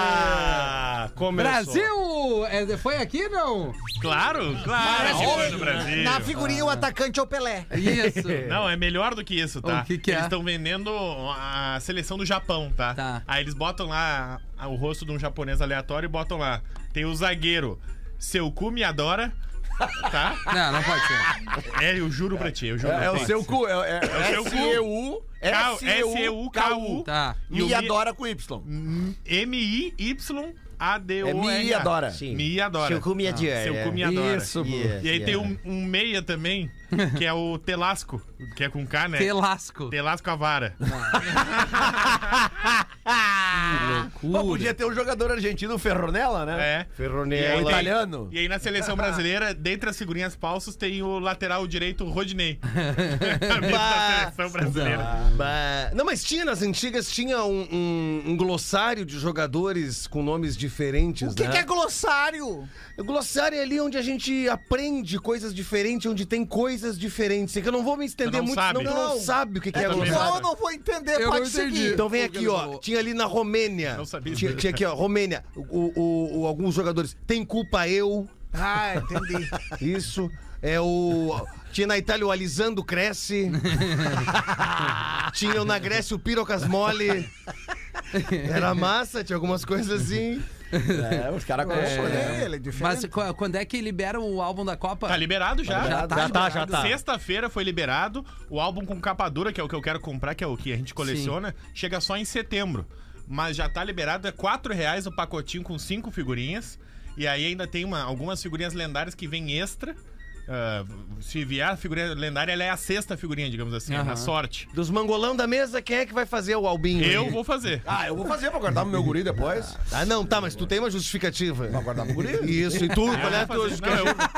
S6: Ah, começou.
S3: Brasil! É, foi aqui, não?
S5: Claro, claro. Óbvio no Brasil.
S8: Na figurinha,
S3: Ah.
S8: o atacante é o Pelé.
S3: Isso.
S5: Não, é melhor do que isso, tá?
S3: O que que é?
S5: Eles estão vendendo a seleção do Japão, tá?
S3: Tá.
S5: Aí eles botam lá o rosto de um japonês aleatório e botam lá. Tem o zagueiro. Seu cu me adora. Tá?
S3: Não, não pode ser.
S5: É, eu juro pra ti, eu juro
S4: É
S5: pra
S4: o
S5: ti.
S4: seu cu. É, é,
S5: É o seu cu.
S4: S-E-U.
S5: K-
S4: S-E-U.
S5: S-E-U-K-U.
S3: Tá.
S5: E o
S4: Me adora com Y.
S5: M-I-Y-A-D-O.
S4: É me adora. Ah.
S5: Me adora. Tá.
S6: Seu cu me adora.
S5: Seu cu me adora.
S4: Isso, é.
S5: E aí tem um, um meia também, que é o Telasco, que é com K, né?
S3: Telasco.
S5: Telasco a vara.
S4: Pô, podia ter um jogador argentino, o Ferronella, né?
S5: É.
S4: Ferronella.
S5: E aí-
S4: italiano.
S5: E aí na seleção brasileira, dentre as figurinhas falsas, tem o lateral direito o Rodinei. Tá Camisa da seleção brasileira.
S6: Bah. Não, mas tinha nas antigas tinha um, um- um glossário de jogadores com nomes diferentes,
S8: O que,
S6: né?
S8: que é glossário?
S6: O glossário é ali onde a gente aprende coisas diferentes, onde tem coisas diferentes. É que eu não vou me estender
S5: Tu não
S6: muito,
S5: sabe.
S6: senão tu não
S8: Não.
S6: sabe o que, que é
S5: também
S6: glossário.
S8: Não, eu não vou entender,
S3: Eu
S8: pode
S3: não entendi.
S8: seguir.
S6: Então vem aqui, ó. Tinha ali na Romênia.
S5: Não sabia.
S6: Tinha, tinha aqui, ó. Romênia. O, o- o- alguns jogadores. Tem culpa eu.
S8: Ah, entendi.
S6: Isso. É o. Tinha na Itália o Alisando Cresce. tinha na Grécia o Pirocas Mole. Era massa, tinha algumas coisas assim.
S4: É, os caras
S8: Olha
S4: consomem.
S8: ele, é
S3: Mas
S8: diferente.
S3: qu- quando é que libera o álbum da Copa?
S5: Tá liberado já.
S3: Já tá,
S6: Já tá, já tá.
S5: Sexta-feira foi liberado o álbum com capa dura, que é o que eu quero comprar, que é o que a gente coleciona. Chega só em setembro. Mas já tá liberado, é R$ 4 reais o pacotinho com cinco figurinhas. E aí ainda tem uma- algumas figurinhas lendárias que vem extra. Ah, se vier a figurinha lendária, ela é a sexta figurinha, digamos assim, é
S3: Aham.
S5: na sorte.
S6: Dos mangolão da mesa, quem é que vai fazer o albinho?
S5: Eu
S6: aí?
S5: vou fazer.
S4: Ah, eu vou fazer pra guardar pro meu guri depois.
S6: Ah, não, tá, mas tu tem uma justificativa. Pra
S4: guardar pro guri?
S6: Isso, e tu, qual é a
S5: Eu vou
S6: tua
S5: fazer. Não,
S6: justificativa?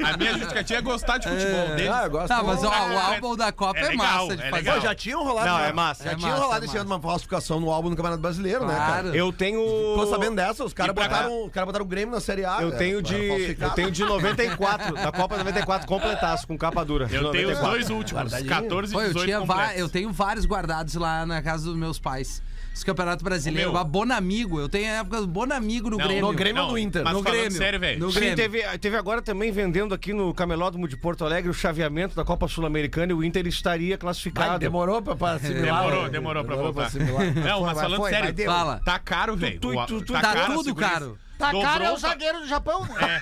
S5: eu- A minha justificativa é gostar de futebol. deles.
S4: Ah, eu gosto.
S3: Tá, mas ó, o
S5: É,
S3: álbum da Copa é,
S5: é legal,
S3: massa de
S5: é
S3: fazer.
S5: legal.
S4: Pô, já tinham rolado.
S6: Não,
S4: né?
S6: é massa.
S4: Já
S3: É
S4: tinham
S3: massa,
S4: rolado
S3: é
S4: esse ano uma falsificação no álbum do Campeonato Brasileiro, né, cara?
S3: Claro.
S6: Eu tenho.
S4: Tô sabendo dessa, os caras
S5: E pra-
S4: botaram, um, os caras botaram o Grêmio na Série A.
S6: Eu
S4: né?
S6: tenho
S4: Era
S6: de. Eu
S4: falsificado.
S6: tenho de 94, da Copa 94, completaço, com capa dura. de é
S5: Eu tenho os
S6: 94.
S5: dois últimos,
S4: Guardadinho.
S5: 14 e
S3: Pô,
S5: 18
S3: eu, tinha va-
S5: completos.
S3: eu tenho vários guardados lá na casa dos meus pais. Esse Campeonato Brasileiro,
S5: O meu?
S3: a Bonamigo. Eu tenho a época do Bonamigo no
S5: Não,
S3: Grêmio.
S5: no Grêmio ou no Inter?
S3: no
S5: Mas falando
S3: Grêmio.
S5: sério, velho.
S3: No
S6: Sim,
S3: Grêmio.
S6: teve, teve agora também vendendo aqui no Camelódromo de Porto Alegre o chaveamento da Copa Sul-Americana e o Inter estaria
S4: Ai,
S6: classificado.
S4: demorou pra, pra assimilar.
S5: Demorou,
S4: né?
S5: demorou pra voltar.
S4: assimilar.
S5: Não, mas falando
S8: foi,
S5: sério,
S8: mas deu.
S3: Fala.
S5: tá caro, velho.
S6: tu-
S5: O-
S6: tu- tu-
S3: tá
S5: caro,
S3: tudo
S5: segurança.
S3: caro.
S8: Tá caro é o
S5: Dobrou-
S8: zagueiro do Japão, né?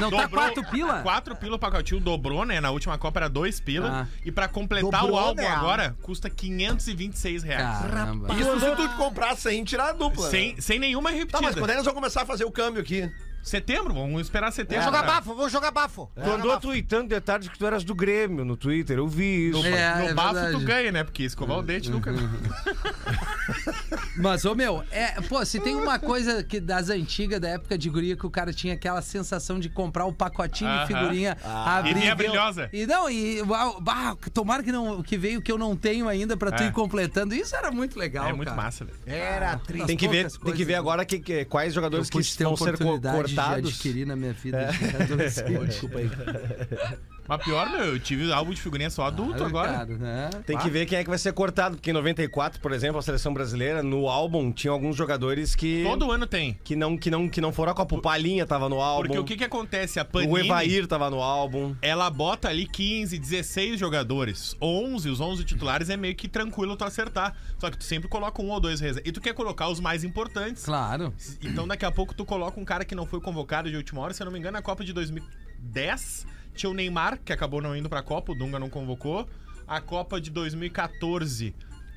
S3: Não, tá
S5: Dobrou-
S3: quatro pila?
S5: Quatro pila o pacotinho, dobrou, né? Na última Copa era dois pila.
S3: Tá.
S5: E pra completar
S8: Dobrou,
S5: o álbum
S8: né?
S5: agora, custa 526 reais.
S3: Caramba.
S4: Isso se tu comprar sem tirar a dupla. né?
S5: Sem, sem nenhuma repetida.
S4: Tá, mas quando é que nós vamos começar a fazer o câmbio aqui?
S5: Setembro, vamos esperar setembro.
S8: Vou É. jogar
S5: né?
S8: bafo, vou jogar bafo.
S6: Tu andou tweetando de tarde que tu eras do Grêmio no Twitter, eu vi isso.
S5: No,
S3: É,
S5: no
S3: é
S5: bafo
S3: verdade.
S5: tu ganha, né? Porque escovar o dente nunca.
S3: Mas, ô meu, é, pô, se tem uma coisa que das antigas, da época de guria, que o cara tinha aquela sensação de comprar o pacotinho de
S5: Aham.
S3: figurinha. abrir
S5: E vinha
S3: ver o-
S5: brilhosa.
S3: E não, e uau, bah, tomara que, não, que veio que eu não tenho ainda pra tu
S5: É.
S3: ir completando. Isso era muito legal,
S5: é muito
S3: cara. Ah,
S5: massa, velho.
S8: Era triste.
S6: Tem que ver,
S3: poucas
S6: tem que ver
S3: coisas.
S6: agora que, que- quais jogadores
S3: Eu
S6: que
S3: pude ter a
S6: estão ser co-
S3: oportunidade de
S6: cortados.
S3: adquirir na minha vida.
S5: É.
S3: de Desculpa aí.
S5: Mas pior, meu, eu tive álbum de figurinha só adulto
S6: Ah,
S5: agora.
S3: Cara, né?
S6: Tem que ver quem é que vai ser cortado, porque em 94, por exemplo, a seleção brasileira, no álbum, tinha alguns jogadores que.
S5: Todo ano tem.
S6: Que não, que não, que não foram a Copa. O Palinha tava no álbum.
S5: Porque o que que acontece? A
S6: O
S5: Panini,
S6: Evair tava no álbum.
S5: ela bota ali 15, 16 jogadores. 11, os 11 titulares é meio que tranquilo tu acertar. Só que tu sempre coloca um ou dois reservas. E tu quer colocar os mais importantes.
S3: Claro.
S5: Então daqui a pouco tu coloca um cara que não foi convocado de última hora. Se eu não me engano, na Copa de 2010 tinha o Neymar, que acabou não indo pra Copa, o Dunga não convocou. A Copa de 2014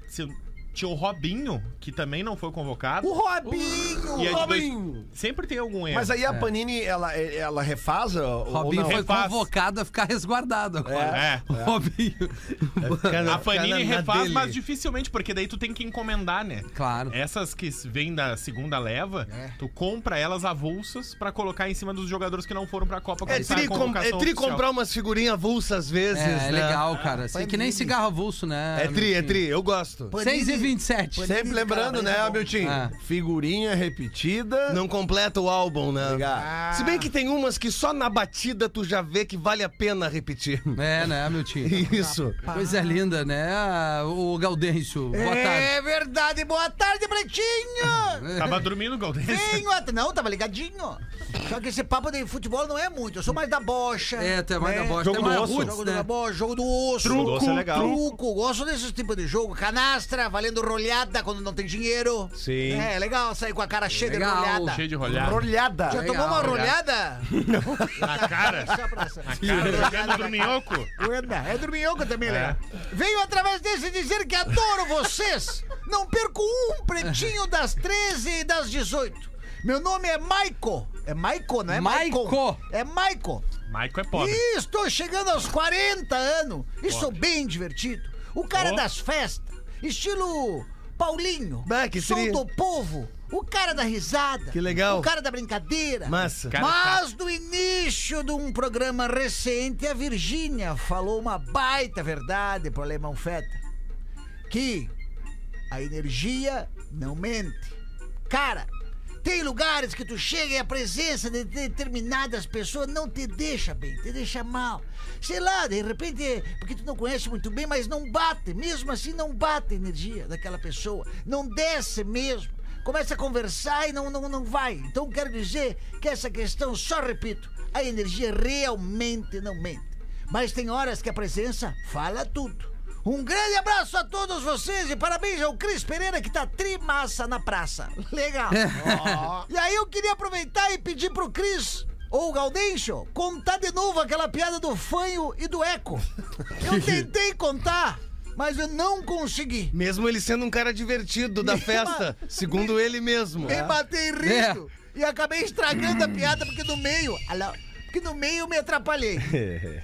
S5: se- tinha o Robinho, que também não foi convocado.
S4: O Robinho!
S5: E a de
S4: Robinho!
S5: dois- Sempre tem algum erro.
S4: Mas aí a Panini, ela, é, ela refaz ou
S3: É. Robinho
S4: não?
S3: foi
S5: Refaz.
S3: convocado a ficar resguardado agora.
S5: É.
S3: O Robinho. É,
S5: A Panini refaz, mas dificilmente, porque daí tu tem que encomendar, né?
S3: Claro.
S6: É,
S5: Essas que vêm da segunda leva, tu compra elas avulsas pra colocar em cima dos jogadores que não foram pra Copa.
S6: É
S5: quando sai a
S6: tri, com- é
S5: convocação
S6: tri
S5: oficial.
S6: comprar umas figurinhas avulsas às vezes.
S3: É, é
S6: né?
S3: legal, cara. Assim, que nem cigarro avulso, né?
S6: É tri, é tri, eu gosto.
S3: 6 e 27.
S4: Sempre lembrando, né, Hamilton?
S3: Ah.
S4: Figurinha repetida.
S6: Não completa o álbum, né?
S4: Obrigado.
S6: Se bem que tem umas que só na batida tu já vê que vale a pena repetir.
S3: É, né, meu tio?
S6: Isso.
S3: Coisa linda, né? O Gaudêncio. Boa tarde.
S8: É verdade, boa tarde, Pretinho!
S6: um-
S5: Tava dormindo, Galdês.
S8: Venho at- Não, tava ligadinho. Só que esse papo de futebol não é muito. Eu sou mais da bocha.
S3: É, tu é
S6: né?
S3: mais da bocha, tu
S8: Jogo
S3: é
S8: do
S3: mais
S8: osso.
S3: roots,
S8: Jogo
S3: né?
S8: da bocha, jogo do osso.
S6: Jogo do osso é legal.
S8: Truco, gosto desses tipos de jogo. Canastra, valendo rolhada quando não tem dinheiro.
S6: Sim.
S8: É, legal sair com a cara cheia
S3: Legal,
S8: de rolhada.
S5: Cheio de rolhada.
S4: Rolhada.
S8: Já
S3: Legal,
S8: tomou uma
S5: legal.
S8: rolhada?
S5: Na cara.
S8: Só pra essa.
S5: Cara, jogando dorminhoco.
S8: Ueda, é dorminhoco também, Léo. Venho através desse dizer que adoro vocês. Não perco um pretinho das 13 e das 18. Meu nome é Maico. É Maico, não é Maicon?
S3: Maico.
S8: É Maico.
S5: Maico é pobre.
S8: E estou chegando aos 40 anos e sou bem divertido. O cara
S5: Ó.
S8: das festas, estilo Paulinho.
S6: Bah, que
S8: sou
S6: tri.
S8: do povo. O cara da risada.
S6: Que legal.
S8: O cara da brincadeira.
S6: Massa.
S5: Cara
S8: Mas no início de um programa recente, a Virgínia falou uma baita verdade pro Alemão Feta. Que a energia não mente. Cara, tem lugares que tu chega e a presença de determinadas pessoas não te deixa bem, te deixa mal. Sei lá, de repente, é porque tu não conhece muito bem, mas não bate, mesmo assim não bate a energia daquela pessoa, não desce mesmo. Começa a conversar e não, não, não vai. Então quero dizer que essa questão, só repito, a energia realmente não mente. Mas tem horas que a presença fala tudo. Um grande abraço a todos vocês e parabéns ao Cris Pereira que tá trimassa na praça. Legal. Ó. E aí eu queria aproveitar e pedir pro Cris ou o Gaudêncio contar de novo aquela piada do fanho e do eco. Eu tentei contar, mas eu não consegui.
S6: Mesmo ele sendo um cara divertido da festa, segundo ele mesmo. né? É.
S8: Me batei rindo e acabei estragando a piada porque no meio. Alá, Porque no meio eu me atrapalhei.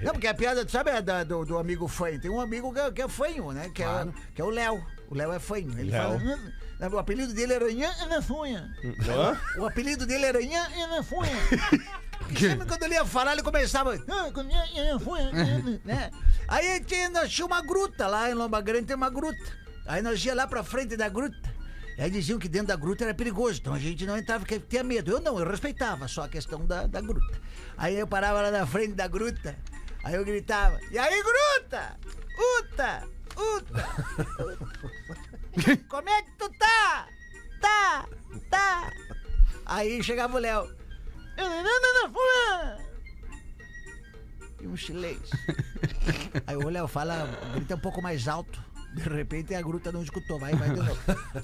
S8: Não, porque a piada, tu sabe, é da- do, do amigo fanho. Tem um amigo que, que é fanho, né? Que, é, que é o Léo. O Léo é fanho. Ele fala. "Hum", né, O apelido dele era Nhã Anafunha. O apelido dele era Nhã Anafunha. Porque sempre quando ele ia falar, ele começava. "Ah, com Nhã Anafunha", né? Aí tinha, nós tinha uma gruta lá em Lomba Grande, tem uma gruta. Aí nós ia lá pra frente da gruta. Aí diziam que dentro da gruta era perigoso, então a gente não entrava porque tinha medo. Eu não, eu respeitava só a questão da, da gruta. Aí eu parava lá na frente da gruta, aí eu gritava: E aí, gruta? Uta! Uta! Como é que tu tá? Tá! Tá! Aí chegava o Léo. "Eu não- não- não- não, fuma." E um silêncio. Aí o Léo fala, grita um pouco mais alto. De repente a gruta não escutou, vai, vai de novo.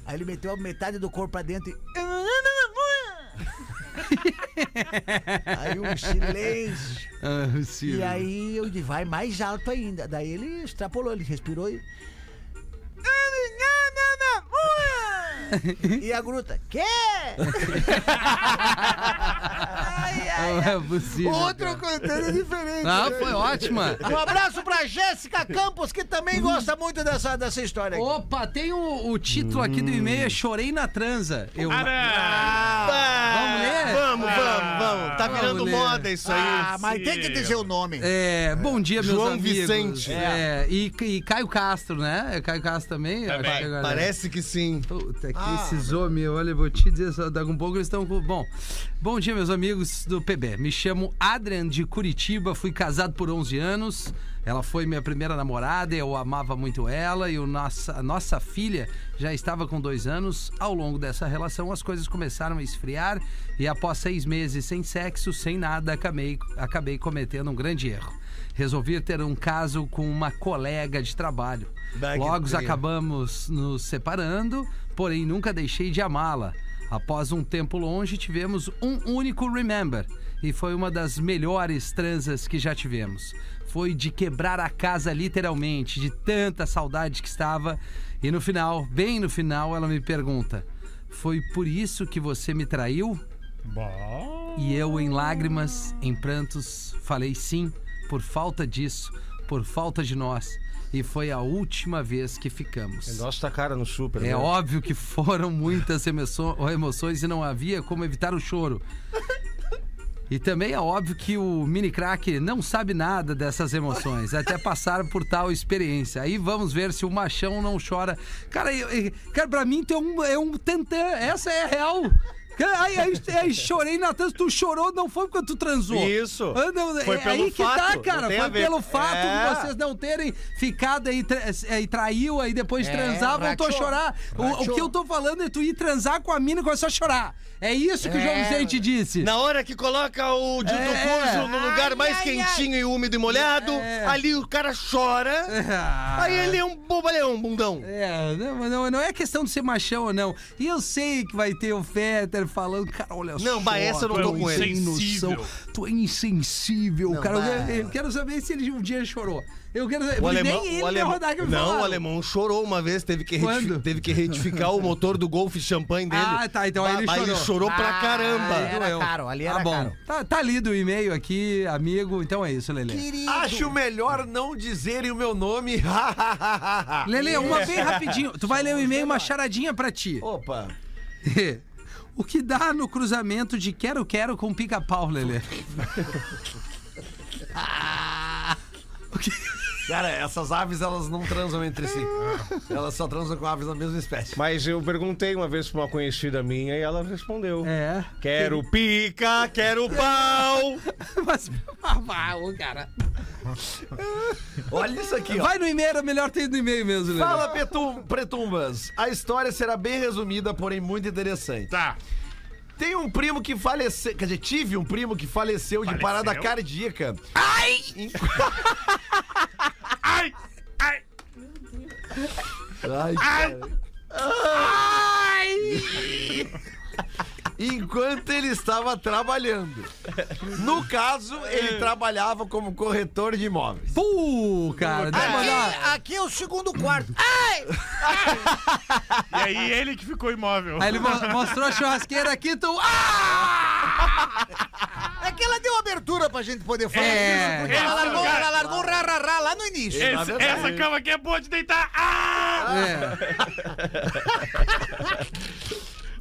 S8: Aí ele meteu metade do corpo pra dentro e. Aí um silêncio.
S3: Ah, sim.
S8: E aí eu disse, vai mais alto ainda. Daí ele extrapolou, ele respirou e. E a gruta, quê? ai, ai,
S3: Não
S8: ai.
S3: é possível.
S8: Outra
S3: cara.
S8: contando diferente.
S3: Ah,
S8: né?
S3: foi ótima.
S8: Um abraço pra Jéssica Campos, que também gosta muito dessa, dessa história aqui.
S3: Opa, tem o, o título aqui do e-mail,
S6: Hum.
S3: é Chorei na transa. Eu, Vamos ler?
S6: Vamos, vamos, vamos. Tá
S3: Vamos
S6: virando
S3: ler.
S6: moda isso aí.
S8: Ah, mas tem que dizer o nome.
S3: É, bom dia, meus
S6: João
S3: amigos.
S6: Vicente.
S3: É, e, e Caio Castro, né? É Caio Castro também? eu acho que agora-
S6: Parece que sim.
S3: Puta, que esses homens, olha, eu vou te dizer, só daqui a um pouco eles estão com... Bom, bom dia, meus amigos do PB. Me chamo Adrian de Curitiba, fui casado por 11 anos. Ela foi minha primeira namorada, eu amava muito ela e o nossa, a nossa filha já estava com dois anos. Ao longo dessa relação, as coisas começaram a esfriar e após seis meses sem sexo, sem nada, acabei, acabei cometendo um grande erro. Resolvi ter um caso com uma colega de trabalho.
S6: Bah, que
S3: Logo
S6: tri.
S3: acabamos acabamos nos separando, porém nunca deixei de amá-la. Após um tempo longe, tivemos um único Remember e foi uma das melhores transas que já tivemos. Foi de quebrar a casa literalmente, de tanta saudade que estava. E no final, bem no final, ela me pergunta: Foi por isso que você me traiu? E eu, em lágrimas, em prantos, falei sim, por falta disso, por falta de nós. E foi a última vez que ficamos.
S6: Nossa cara no super.
S3: É
S6: né?
S3: óbvio que foram muitas emoço- emoções e não havia como evitar o choro. E também é óbvio que o mini crack não sabe nada dessas emoções, até passar por tal experiência. Aí vamos ver se o machão não chora. Cara, eu, eu- cara pra mim tu é um, é um tantã, essa é a real. Cara, Aí, aí, aí chorei na transa, tu chorou, não foi porque tu transou.
S6: Isso.
S3: Ah, não,
S6: Foi
S3: é
S6: pelo
S3: aí que tá,
S6: fato,
S3: cara.
S6: não tem
S3: Foi
S6: a ver.
S3: pelo fato
S6: É.
S3: de vocês não terem ficado aí tra- é, e traiu, aí
S6: É,
S3: depois transar, voltou a chorar. O, o que eu tô falando é tu ir transar com a mina e começar a chorar. É isso que o João Vicente disse.
S6: Na hora que coloca o Dildo
S3: É.
S6: Curso no lugar mais quentinho e úmido e molhado, ali o cara chora.
S3: Ah.
S6: Aí ele é um bobalhão, bundão.
S3: É, não, não, não é questão de ser machão ou não. E eu sei que vai ter o Fetter falando, cara, olha só.
S6: Não, bah, essa eu não
S3: tu
S6: tô
S3: é um
S6: com ele.
S3: sem noção, Tu é insensível, cara. Eu,
S6: bah.
S3: eu quero saber se ele um dia chorou. Eu quero saber.
S6: O alemão,
S3: nem ele
S6: o
S3: vai
S6: alemão,
S3: rodar que me
S6: não,
S3: falaram.
S6: o alemão chorou uma vez, teve que, retifi-
S3: Quando?
S6: teve que retificar o motor do Golf champanhe dele.
S3: Ah, tá, então aí
S6: Bah,
S3: ele
S6: bah,
S3: chorou. Ah,
S6: pra caramba.
S3: Doeu. tá bom. Tá, tá lido o e-mail aqui, amigo. Então é isso, Lelê.
S8: Ah,
S4: Acho melhor não dizerem o meu nome.
S3: Lelê,
S4: É.
S3: uma bem rapidinho. Tu vai ler o e-mail, uma charadinha pra ti. É.
S4: Opa.
S3: O que dá no cruzamento de quero-quero com pica-pau, Lelê?
S4: Cara, essas aves elas não transam entre si.
S3: Ah.
S4: Elas só transam com aves da mesma espécie.
S6: Mas eu perguntei uma vez pra uma conhecida minha e ela respondeu.
S3: É.
S6: Quero pica, quero pau.
S3: Mas, ah, vá, ô, cara.
S4: Olha isso aqui, ó.
S3: Vai no e-mail, é melhor ter ido no e-mail mesmo, Lelê.
S4: Fala, Petum- Pretumbas. A história será bem resumida, porém muito interessante.
S5: Tá.
S4: Tem um primo que faleceu. Quer dizer, tive um primo que faleceu, de parada cardíaca. Ai! Ai! Ai! Ai! Enquanto ele estava trabalhando. No caso, ele trabalhava como corretor de imóveis.
S3: Pô, cara, dá uma olhada.
S8: Aqui, aqui é o segundo quarto.
S5: E aí ele que ficou imóvel.
S3: Aí ele mo- mostrou a churrasqueira aqui, tu. Ah!
S8: É que ela deu abertura pra gente poder falar
S3: É.
S8: disso, porque
S5: Esse
S8: ela largou,
S5: lugar-
S8: ela largou o rarará lá no início.
S5: Esse- essa cama aqui é boa de deitar. Ah!
S3: É.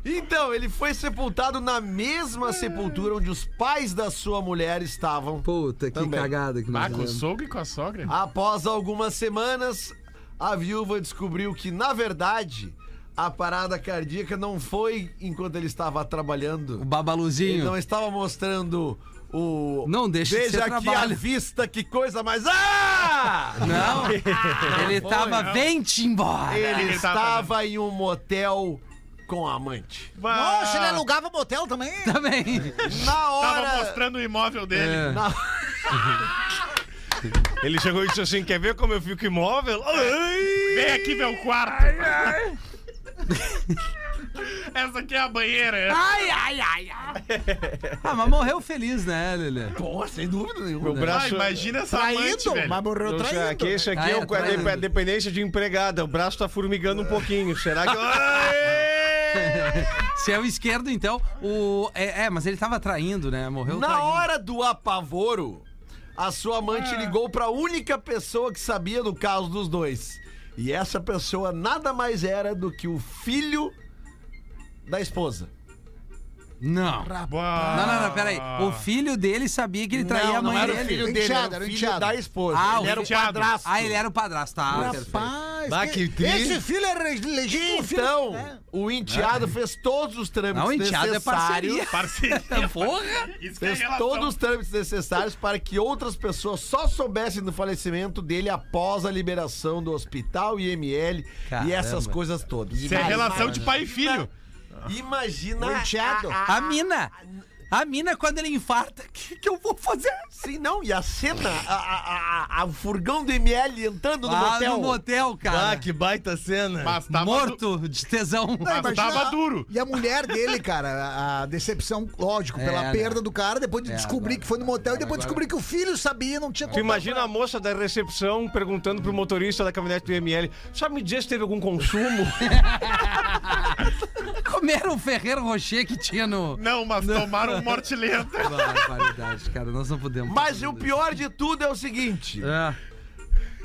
S4: Então, ele foi sepultado na mesma sepultura onde os pais da sua mulher estavam.
S3: Puta, que cagada que
S5: Ah,
S3: nós
S5: com o
S6: é-
S3: demos.
S5: sogro e com a sogra?
S4: Após algumas semanas, a viúva descobriu que, na verdade, a parada cardíaca não foi enquanto ele estava
S3: O
S4: trabalhando. Ele
S3: babaluzinho.
S4: não estava mostrando o.
S3: Não deixa de
S4: Veja
S3: ser
S4: aqui
S3: trabalho."
S4: a vista, que coisa mais. Ah!
S3: Não, ele tava vem-te embora.
S4: Ele
S5: Ele tá
S4: estava em um motel com a amante.
S8: Nossa, ele alugava motel também.
S3: Tá. Também.
S4: Na hora.
S5: Tava mostrando o imóvel dele.
S3: É.
S6: Ele chegou e disse assim: quer ver como eu fico imóvel? Ai!
S5: Vem aqui ver o quarto. Essa aqui é a banheira.
S3: Ai, ai, ai, ai. Ah, mas morreu feliz, né, Lelê?
S4: Pô, sem dúvida nenhuma.
S6: Meu
S5: Ah,
S6: braço.
S5: imagina essa amante,
S8: Traindo,
S5: velho.
S8: mas morreu
S6: Não sei,
S8: traindo.
S6: aqui, esse aqui
S3: Ah,
S6: é,
S3: é,
S6: o, é
S3: traindo.
S6: dep- é dependência de empregada. O braço tá formigando um pouquinho. Será que. Ai!
S3: Se é o esquerdo, então, o. É, é, mas ele tava traindo, né? Morreu
S4: Na
S3: traindo.
S4: hora do apavoro, a sua amante
S3: Ah.
S4: ligou pra única pessoa que sabia do caso dos dois. E essa pessoa nada mais era do que o filho da esposa.
S3: Não.
S5: Bah.
S3: Não, não, não, peraí. O filho dele sabia que ele traía Tá, a
S4: Ah. não,
S3: mãe
S4: não
S3: dele.
S4: era o filho dele,
S8: Enteado,
S4: era
S8: era
S4: o filho
S8: enteado.
S4: da esposa.
S3: Ah,
S4: ele
S3: o
S4: era o
S5: enteado.
S4: padrasto.
S3: Ah, ele era o padrasto. Ah, perfeito.
S8: Rapaz,
S6: Bah, que triste.
S8: esse filho é re- legítimo.
S4: Então,
S8: filho-
S4: o enteado fez todos os trâmites
S3: né? É. Não, o enteado é
S4: necessários.
S3: parceria.
S5: Parceria.
S3: Porra!
S5: Isso que é
S4: Fez
S5: relação.
S4: todos os trâmites necessários para que outras pessoas só soubessem do falecimento dele após a liberação do hospital IML e
S3: Caramba.
S4: essas coisas todas.
S5: Isso é relação de pai e filho.
S4: Imagina.
S8: O enteado.
S4: a- a-
S3: A mina! A mina, quando ele infarta, o que, que eu vou fazer?
S4: Sim, não, e a cena, a, a, a- a- o furgão do ML entrando no
S3: ah,
S4: motel. Ah,
S3: no motel, cara.
S6: Ah, que baita cena.
S5: Mas tava du-
S3: Morto de tesão.
S8: Não,
S5: mas
S8: imagina
S5: tava
S8: a-
S5: duro.
S8: E a mulher dele, cara, a- a decepção, lógico,
S3: É,
S8: pela
S3: né?
S8: perda do cara, depois de descobrir que foi no motel e depois descobrir que o filho sabia, não tinha
S6: Tu
S8: como.
S6: imagina a moça da recepção perguntando pro motorista da caminhonete do IML: sabe me dizer se teve algum consumo?
S3: Comeram o Ferreiro Rocher que tinha no.
S5: Não, mas tomaram um morte lenta.
S3: Barbaridade, cara. Nós não podemos.
S4: Mas o pior de tudo é o seguinte:
S3: É.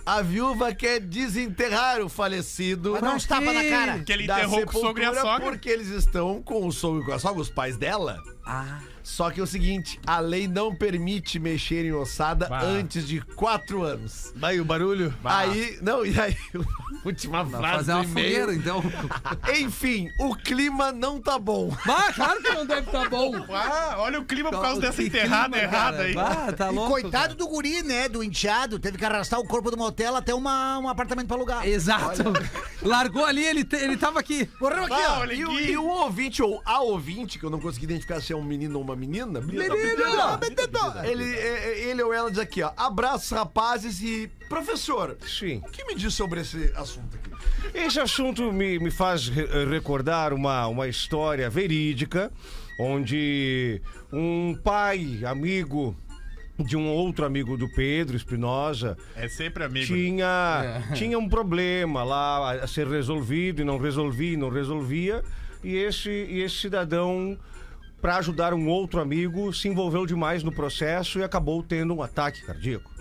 S4: a viúva quer desenterrar o falecido.
S8: Mas dá uns tapas na cara.
S5: Que ele
S4: da
S5: enterrou com o sogro e a
S4: sepultura
S5: sogra.
S4: Porque eles estão com o sogro e com a sogra, os pais dela.
S3: Ah.
S4: Só que é o seguinte, a lei não permite mexer em ossada
S5: Bah.
S4: antes de quatro anos.
S5: Vai, o barulho.
S4: Aí, não, e aí, última frase.
S3: Fazer uma
S4: do e-mail.
S3: fogueira, então.
S4: Enfim, o clima não tá bom.
S3: Bah, claro que não deve estar bom.
S5: Ah, olha o clima por causa
S3: Que
S5: dessa
S3: um clima,
S5: enterrada
S3: cara.
S5: errada aí.
S3: Bah, tá
S7: E
S3: louco.
S7: coitado do guri, né? Do enteado. Teve que arrastar o corpo do motel até uma, um apartamento pra alugar.
S3: cara. Exato. Largou ali, ele, te- ele tava aqui.
S7: Morreu aqui,
S5: Ah,
S7: ó.
S5: olha
S4: E o,
S5: aqui.
S4: e o ouvinte, ou a ouvinte, que eu não consegui identificar se é um menino ou uma menina.
S7: Menino, menino.
S4: Ele, é- é- ele ou ela diz aqui, ó. Abraços, rapazes e. Professor,
S6: Sim.
S4: o que me diz sobre esse assunto aqui?
S6: Esse assunto me, me faz re- recordar uma, uma história verídica, onde um pai, amigo de um outro amigo do Pedro Espinosa,
S5: É sempre amigo. né?
S6: tinha, tinha um problema lá a ser resolvido e não resolvia, e não resolvia. E esse, e esse cidadão, para ajudar um outro amigo, se envolveu demais no processo e acabou tendo um ataque cardíaco.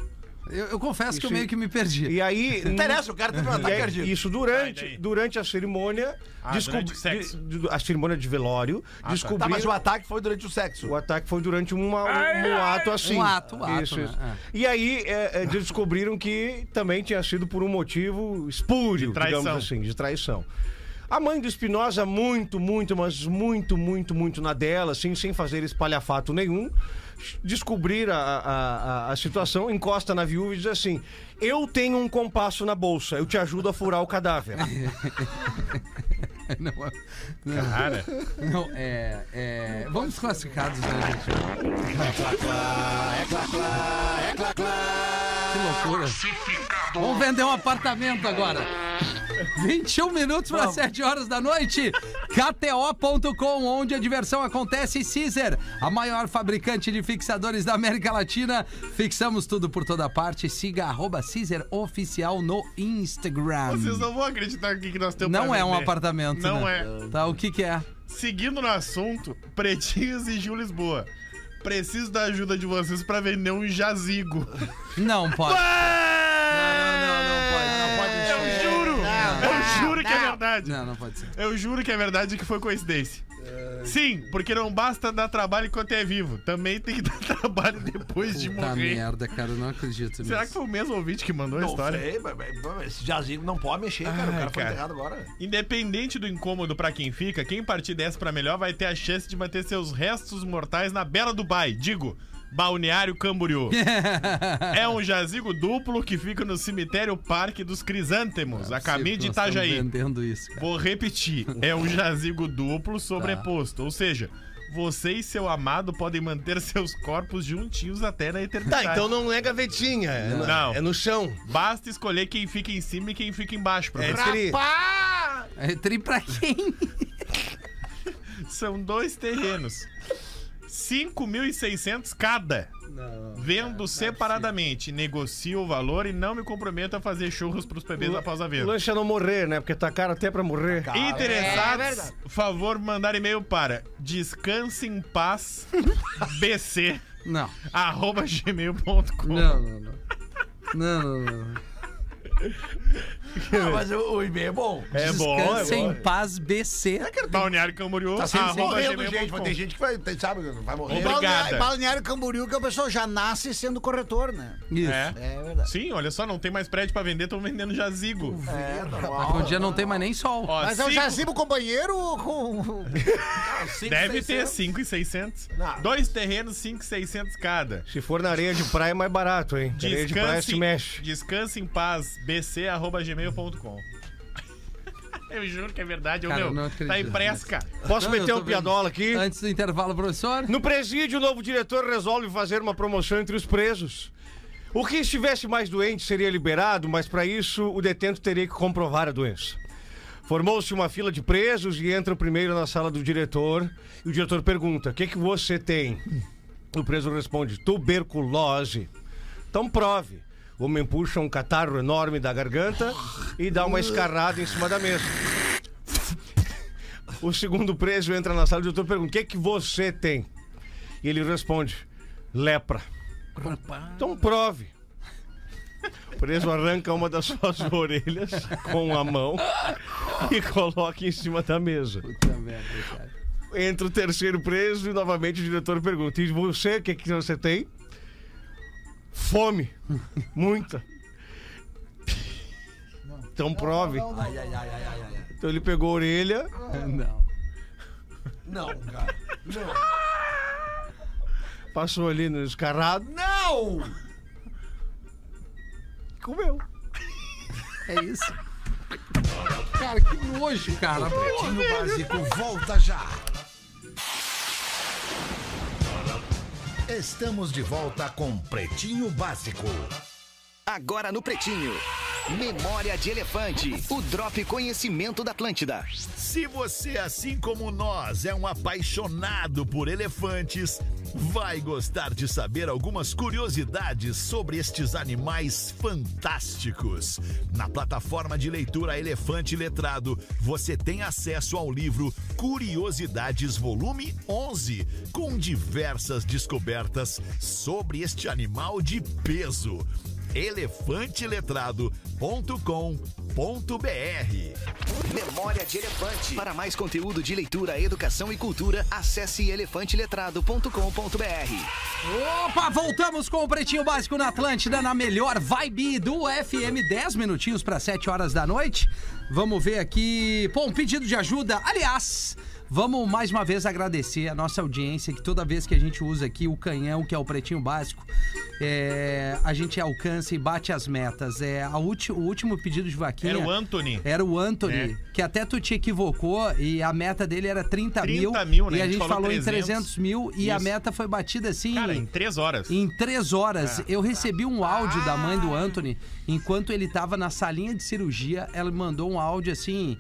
S3: Eu, eu confesso que eu
S6: Isso.
S3: meio que me perdi.
S6: E aí.
S4: Não interessa, o cara teve um
S6: E
S4: ataque
S6: aí,
S4: cardíaco.
S6: Isso
S5: Ah, e
S6: durante,
S5: daí?
S6: durante a cerimônia.
S5: Ah,
S6: descobri-
S5: durante o sexo.
S6: de- de- a cerimônia de velório.
S5: tá.
S6: descobriu.
S4: Tá, mas o ataque foi durante o sexo.
S6: O ataque foi durante uma- um, um ato assim.
S3: Um ato, um ato, né?
S6: E aí é, é, descobriram que também tinha sido por um motivo espúrio,
S5: De traição.
S6: digamos assim, de traição. A mãe do Espinosa, muito, muito, mas muito, muito, muito na dela, assim, sem fazer espalhafato nenhum, descobrir a, a- a- a situação, encosta na viúva e diz assim: Eu tenho um compasso na bolsa, eu te ajudo a furar o cadáver.
S3: Não, não,
S5: Cara,
S3: não, é, é. Vamos classificados, né, gente? Que loucura. Vamos vender um apartamento agora. 21 minutos para 7 horas da noite. KTO.com, onde a diversão acontece. Caesar, a maior fabricante de fixadores da América Latina. Fixamos tudo por toda parte. Siga arroba Caesar Oficial no Instagram.
S5: vocês não vão acreditar o que que nós temos
S3: Não
S5: pra
S3: é um
S5: vender.
S3: apartamento.
S5: Não
S3: né?
S5: é.
S3: Tá, o que que é?
S5: Seguindo no assunto, Pretinhos e Gil Lisboa. Preciso da ajuda de vocês pra vender um jazigo.
S3: Não pode. Não, não, não, não pode. Não pode
S4: É,
S5: Eu juro! eu juro que é verdade.
S3: Não, É. não pode ser.
S5: Eu juro que é verdade que foi coincidência. Sim, porque não basta dar trabalho enquanto é vivo. Também tem que dar trabalho depois de
S3: Tá
S5: morrer.
S3: merda, cara, eu não acredito nisso.
S5: Será que foi o mesmo ouvinte que mandou a
S4: Não
S5: história?
S4: sei, mas- mas- mas esse jazigo não pode mexer, cara. o
S5: Ai,
S4: cara foi
S5: cara.
S4: enterrado agora.
S5: Independente do incômodo pra quem fica, quem partir dessa pra melhor vai ter a chance de manter seus restos mortais na bela Dubai. Digo, Balneário Camboriú. é um jazigo duplo que fica no cemitério Parque dos Crisântemos, a caminho
S3: É
S5: de
S3: Nós estamos
S5: Itajaí.
S3: vendendo isso, cara.
S5: Vou repetir, é um jazigo duplo sobreposto, ou seja, você e seu amado podem manter seus corpos juntinhos até na eternidade.
S6: não é gavetinha, é,
S5: na- Não. é
S6: no chão.
S5: Basta escolher quem fica em cima e quem fica embaixo.
S6: É,
S5: professor.
S3: É tri pra quem?
S5: São dois terrenos. 5.600 cada. Vendo separadamente. Negocio o valor e não me comprometo a fazer churros pros bebês após a
S6: O
S5: venda.
S6: lance é não morrer, né? Porque tá caro até pra morrer.
S5: Interessados, favor mandar e-mail para descanse em paz bc
S3: Não.
S5: arroba gmail.com
S3: Não, não, não. Não, não, não.
S4: Ah, mas o, o e-mail é bom.
S5: É bom, é
S3: Descansa
S5: bom. É
S3: em paz, BC.
S5: Balneário Camboriú
S4: Tá sempre
S5: arroba
S4: morrendo
S3: é
S4: gente, mas tem
S5: gmail.com
S4: gente que vai, tem- sabe, vai morrer.
S5: Obrigado.
S7: Balneário, Balneário Camboriú,
S8: é
S7: que a pessoa já nasce sendo corretor, né?
S3: Isso.
S5: É.
S7: É verdade.
S5: Sim, olha só, não tem mais prédio pra vender, estão vendendo jazigo.
S4: É, normal.
S3: Um dia não tem mais nem sol.
S5: Ó,
S7: Mas é o
S5: cinco-
S7: jazigo com banheiro ou com.
S4: Cinco,
S5: Deve
S4: seis,
S5: ter
S4: seis.
S5: 5,600.
S4: Não.
S5: Dois terrenos, 5,600 cada.
S6: Se for na areia de praia é mais barato, hein? Na Areia de praia se mexe.
S5: descanse em paz, bc.gmail.com. Eu juro que é verdade, ô
S3: Cara, eu não
S5: meu.
S3: acredito
S5: Tá impresso,
S3: nisso.
S5: cara.
S6: Posso
S3: Não, eu tô
S6: meter um
S3: vendo.
S6: piadola aqui?
S3: Antes do intervalo, professor.
S6: No presídio, o novo diretor resolve fazer uma promoção entre os presos. O que estivesse mais doente seria liberado, mas para isso o detento teria que comprovar a doença. Formou-se uma fila de presos e entra o primeiro na sala do diretor. E o diretor pergunta: O que, que você tem? O preso responde: Tuberculose. Então prove. O homem puxa um catarro enorme da garganta e dá uma escarrada em cima da mesa. O segundo preso entra na sala e o doutor pergunta: O que, é que você tem? E ele responde: Lepra. Então prove. O preso arranca uma das suas orelhas com a mão e coloca em cima da mesa.
S3: Puta merda, cara.
S6: Entra o terceiro preso e novamente o diretor pergunta: E você, o que, é que você tem? Fome. Muita. Então prove. Então ele pegou a orelha.
S3: Não.
S6: Passou ali no escarrado. Não! Comeu.
S3: É isso. Cara, que nojo, cara.
S1: Pretinho Básico volta já. Estamos de volta com Pretinho Básico.
S10: Agora no Pretinho. Memória de Elefante. O Drop Conhecimento da Atlântida.
S1: Se você, assim como nós, é um apaixonado por elefantes, vai gostar de saber algumas curiosidades sobre estes animais fantásticos. Na plataforma de leitura Elefante Letrado, você tem acesso ao livro Curiosidades Volume 11, com diversas descobertas sobre este animal de peso. elefanteletrado.com.br
S10: Memória de Elefante. Para mais conteúdo de leitura, educação e cultura, acesse elefanteletrado.com.br.
S3: Opa, voltamos com o Pretinho Básico na Atlântida, na melhor vibe do FM, 10 minutinhos para 7 horas da noite. Vamos ver aqui. Bom, um pedido de ajuda. Aliás, vamos mais uma vez agradecer a nossa audiência, que toda vez que a gente usa aqui o canhão, que é o Pretinho Básico, é, a gente alcança e bate as metas. É a ulti- O último pedido de vaquinha.
S5: Era o Anthony. É.
S3: Era o Anthony, que até tu te equivocou e a meta dele era 30,
S5: 30 mil, né?
S3: E a gente, falou, em 300
S5: 300
S3: mil e a
S5: Isso.
S3: meta foi batida assim.
S5: Cara, em três horas.
S3: Em três
S5: É.
S3: horas, eu recebi um áudio da mãe do Anthony, enquanto ele tava na salinha de cirurgia, ela me mandou um áudio assim,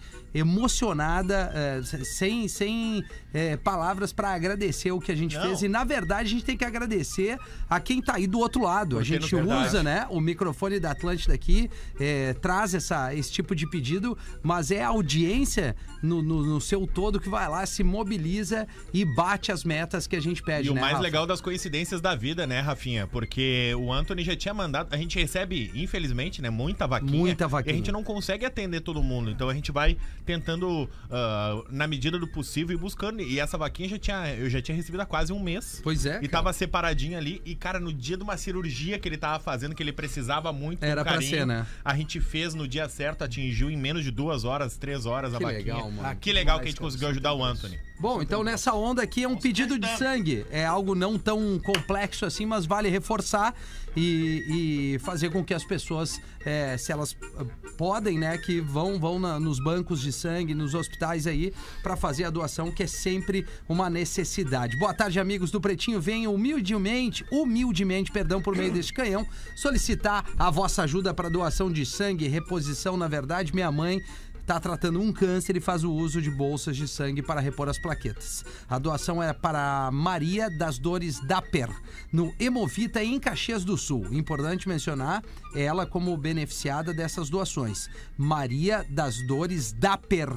S3: emocionada, eh, se- sem, sem eh, palavras pra agradecer o que a gente
S5: Não.
S3: fez. E na verdade, a gente tem que agradecer a quem tá aí do outro lado. A
S5: Porque,
S3: gente
S5: na verdade-
S3: usa, né, o microfone da Atlântida aqui, eh, traz essa, esse tipo de pedido, mas é a audiência no, no- no seu todo que vai lá, se mobiliza e bate as metas que a gente pede.
S5: E o
S3: né,
S5: mais
S3: Rafa?
S5: legal das coincidências da vida, né, Rafinha? Porque o Anthony já tinha mandado. A gente recebe, infelizmente, né, muita vaquinha.
S3: Muita vaquinha.
S5: E a gente não consegue atender todo mundo. Então a gente vai tentando, ah, na medida do possível, ir buscando. E essa vaquinha já tinha, eu já tinha recebido há quase um mês.
S3: Pois é,
S5: E
S3: cara.
S5: tava separadinha ali. E, cara, no dia de uma cirurgia que ele tava fazendo, que ele precisava muito. do
S3: Era pra ser, né?
S5: A gente fez no dia certo, atingiu em menos de duas horas, três horas a
S3: Que
S5: vaquinha.
S3: legal, mano.
S5: Ah, que legal que a gente conseguiu ajudar o Anthony.
S3: Bom, então nessa onda aqui é um pedido de sangue. É algo não tão complexo assim, mas vale reforçar e, e fazer com que as pessoas, é, se elas eh, podem, né, que vão, vão na- nos bancos de sangue, nos hospitais aí, pra fazer a doação, que é sempre uma necessidade. Boa tarde, amigos do Pretinho. Venham humildemente, humildemente, perdão, por meio deste canhão, solicitar a vossa ajuda para doação de sangue, reposição, na verdade, minha mãe está tratando um câncer e faz o uso de bolsas de sangue para repor as plaquetas. A doação é para Maria das Dores Daper, no Hemovita, em Caxias do Sul. Importante mencionar ela como beneficiada dessas doações. Maria das Dores Daper,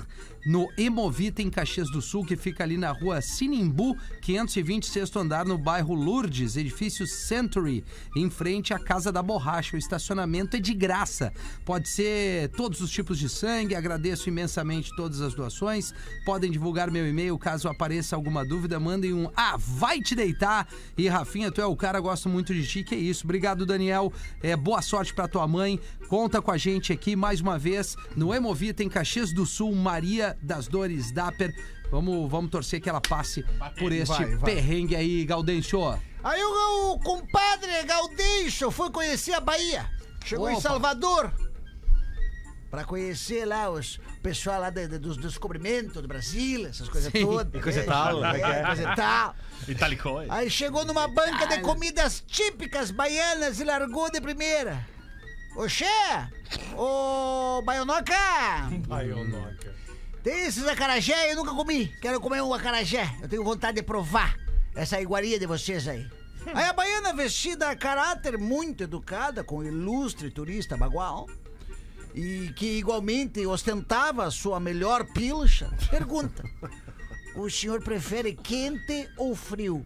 S3: no Hemovita, em Caxias do Sul, que fica ali na rua Sinimbu, 526 andar, no bairro Lourdes, edifício Century, em frente à Casa da Borracha. O estacionamento é de graça. Pode ser todos os tipos de sangue. Agradeço imensamente todas as doações. Podem divulgar meu e-mail caso apareça alguma dúvida. Mandem um Ah, vai te deitar! E Rafinha, tu é o cara, gosto muito de ti. Que é isso. Obrigado, Daniel. É, boa sorte pra tua mãe. Conta com a gente aqui mais uma vez no Hemovita, em Caxias do Sul, Maria das Dores Dapper. Vamos, vamos torcer que ela passe por este
S8: Vai, vai.
S3: perrengue aí, Gaudêncio.
S8: Aí o, o compadre Gaudêncio foi conhecer a Bahia. Chegou em
S3: Opa.
S8: Salvador. Pra conhecer lá os o pessoal lá da- da- dos descobrimentos do Brasil, essas coisas todas.
S6: coisa e tal,
S8: É,
S6: como é que é?
S8: coisa e tal.
S5: Italicói.
S8: Aí chegou numa banca de comidas típicas baianas e largou de primeira. Oxê! Ô, Baionoca! Tem esses acarajé, eu nunca comi. Quero comer um acarajé. Eu tenho vontade de provar essa iguaria de vocês aí. Aí a baiana vestida a caráter muito educada com o ilustre turista bagual e que igualmente ostentava a sua melhor pilcha, pergunta: O senhor prefere quente ou frio?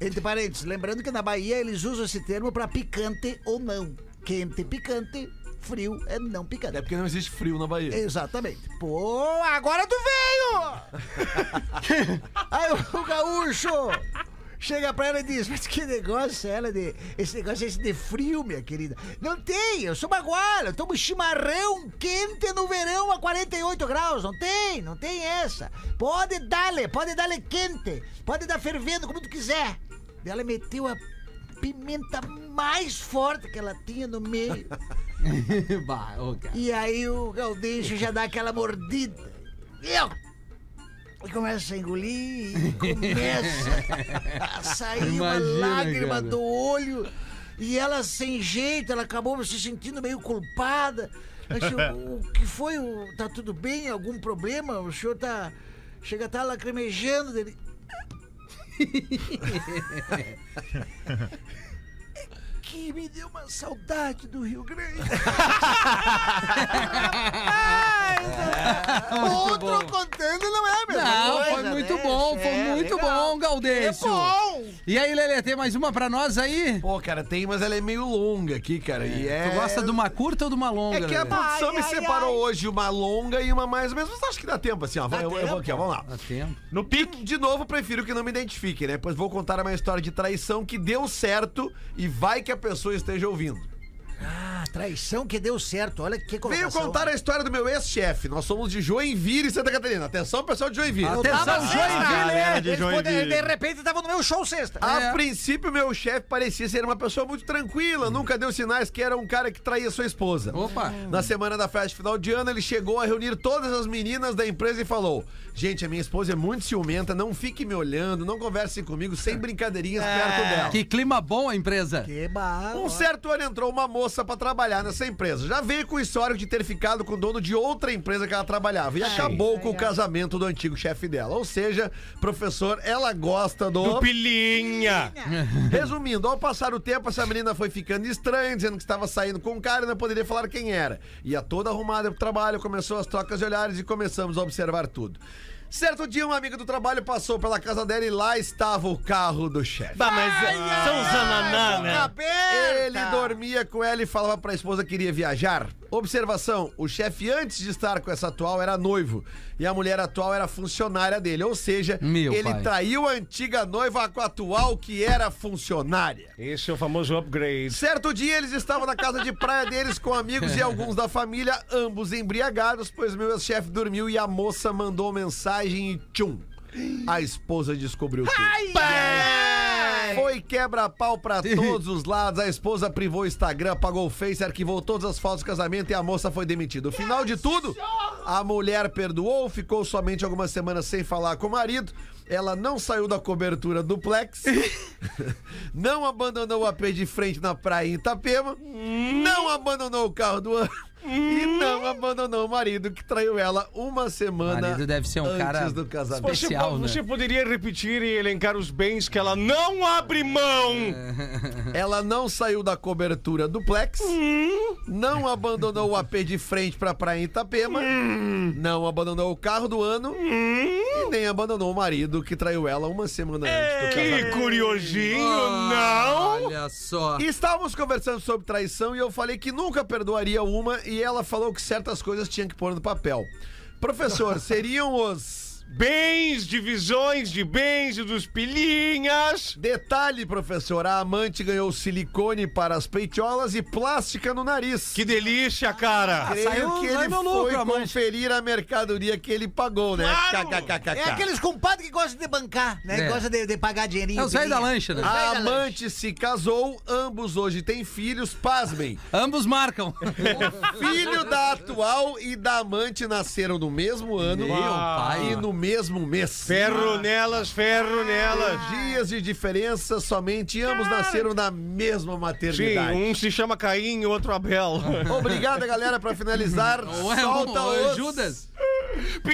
S8: Entre parênteses, lembrando que na Bahia eles usam esse termo para picante ou não. Quente, picante Frio é não picante.
S4: É porque não existe frio na Bahia.
S8: Exatamente. Pô, agora tu veio! Aí o, o gaúcho chega pra ela e diz: Mas que negócio é ela de. Esse negócio é esse de frio, minha querida. Não tem, eu sou baguala, eu tomo chimarrão quente no verão a 48 graus. Não tem, não tem essa. Pode dar-lhe, pode dar-lhe quente, pode dar fervendo como tu quiser. Daí Ela meteu a pimenta mais forte que ela tinha no meio.
S3: bah, ô, cara.
S8: E aí o Galdeixo já dá aquela mordida. Eu! E começa a engolir, e começa a sair
S3: Imagina,
S8: uma lágrima
S3: cara.
S8: do olho. E ela sem jeito, ela acabou se sentindo meio culpada. Achei, o, o que foi? O, tá tudo bem? Algum problema? O senhor tá. Chega a estar lacrimejando dele. É que me deu uma saudade do Rio Grande.
S3: É, Muito
S8: Outro
S3: bom.
S8: contando não é a mesma
S3: Não,
S8: coisa,
S3: foi muito
S8: né?
S3: bom, foi
S8: É,
S3: muito
S8: legal.
S3: bom, Gaudêncio.
S8: É bom.
S3: E aí, Lelê, tem mais uma pra nós aí?
S4: Pô, cara, tem, mas ela é meio longa aqui, cara. E é...
S3: Tu gosta de uma curta ou de uma longa? né?
S4: É que a
S3: Lelê?
S4: produção
S8: Ai,
S4: me
S8: ai,
S4: separou
S8: ai.
S4: hoje uma longa e uma mais ou menos. Mas acho que dá tempo, assim, ó. Vai, eu, eu vou aqui, ó. Vamos lá.
S3: Dá tempo.
S4: No pique. De novo, prefiro que não me identifiquem, né? Pois vou contar uma história de traição que deu certo e vai que a pessoa esteja ouvindo.
S8: Ah, traição que deu certo. Olha que
S4: Venho
S8: colocação.
S4: contar a história do meu ex-chefe. Nós somos de Joinville, Santa Catarina. Atenção, pessoal de Joinville.
S3: Atenção, Joinville!
S5: Galera de
S8: Eles
S5: Joinville.
S8: poder- de repente estavam no meu show sexta.
S4: A
S3: É.
S4: princípio, meu chefe parecia ser uma pessoa muito tranquila, nunca deu sinais que era um cara que traía sua esposa.
S3: Opa.
S4: Na semana da festa de final de ano, ele chegou a reunir todas as meninas da empresa e falou: Gente, a minha esposa é muito ciumenta, não fique me olhando, não converse comigo sem brincadeirinhas perto dela.
S3: Que clima bom a empresa.
S8: Que barra.
S4: Um certo ano entrou uma moça pra trabalhar nessa empresa. Já veio com o histórico de ter ficado com o dono de outra empresa que ela trabalhava. E acabou com o casamento do antigo chefe dela. Ou seja, professor, ela gosta do.
S6: Do pilinha.
S4: Resumindo, ao passar o tempo, essa menina foi ficando estranha, dizendo que estava saindo com um cara e não poderia falar quem era. Ia toda arrumada pro trabalho, começou as trocas de olhares e começamos a observar tudo. Certo dia, uma amiga do trabalho passou pela casa dela e lá estava o carro do chefe.
S6: Bah, mas ah, são Zananá, né?
S4: Ele dormia com ela e falava pra esposa que iria viajar. Observação: o chefe, antes de estar com essa atual, era noivo. E a mulher atual era funcionária dele. Ou seja,
S3: Meu
S4: ele
S3: pai.
S4: traiu a antiga noiva com a atual, que era funcionária.
S6: Esse é o famoso upgrade.
S4: Certo dia, eles estavam na casa de praia deles com amigos e alguns da família, ambos embriagados, pois meu ex-chefe dormiu e a moça mandou mensagem e tchum. A esposa descobriu tudo. Foi quebra-pau pra todos os lados. A esposa privou o Instagram, apagou o Face, arquivou todas as fotos do casamento e a moça foi demitida. O final de tudo, a mulher perdoou, ficou somente algumas semanas sem falar com o marido. Ela não saiu da cobertura duplex, não abandonou o AP de frente na praia em Itapema,
S3: Hum.
S4: não abandonou o carro do ano e não abandonou o marido que traiu ela uma semana
S3: Marido deve ser um
S4: antes
S3: cara
S4: do casamento.
S3: espe-
S6: Você,
S3: Especial,
S6: po-
S3: né?
S6: você poderia repetir e elencar os bens que ela não abre mão.
S4: Ela não saiu da cobertura duplex, não abandonou o AP de frente pra praia em Itapema, não abandonou o carro do ano e nem abandonou o marido que traiu ela uma semana
S3: É.
S4: antes do
S6: Que
S4: casamento.
S6: curiosinho, não?
S3: Olha só.
S4: E Estávamos conversando sobre traição e eu falei que nunca perdoaria uma e ela falou que certas coisas tinha que pôr no papel. Professor, seriam os...
S6: Bens, divisões de bens e dos pilinhas.
S4: Detalhe, professor, a amante ganhou silicone para as peitiolas e plástica no nariz. Ah,
S6: Que delícia, cara.
S4: Creio
S3: saiu-
S4: que
S3: saiu
S4: ele
S3: meu lucro,
S4: foi
S3: amante.
S4: conferir a mercadoria que ele pagou, né? KKKKK.
S8: É aqueles compadres que gostam de bancar, né?
S3: É.
S8: Gosta de, de pagar dinheirinho.
S3: É o Zé da
S8: pilinha.
S3: Lancha, né?
S4: A amante se casou, ambos hoje têm filhos, pasmem.
S3: Ambos marcam.
S4: Filho da atual e da amante nasceram no mesmo ano
S3: Meu pai.
S4: e no mesmo mês.
S6: Ferro nelas, ferro nelas.
S3: Ah.
S4: Dias de diferença, somente ambos nasceram na mesma
S6: Sim,
S4: maternidade.
S6: um se chama Caim e o outro Abel.
S4: Obrigado, galera, pra finalizar.
S6: é
S3: Ué,
S6: um
S4: Solta
S3: ô, ô,
S4: os...
S3: um, é Judas.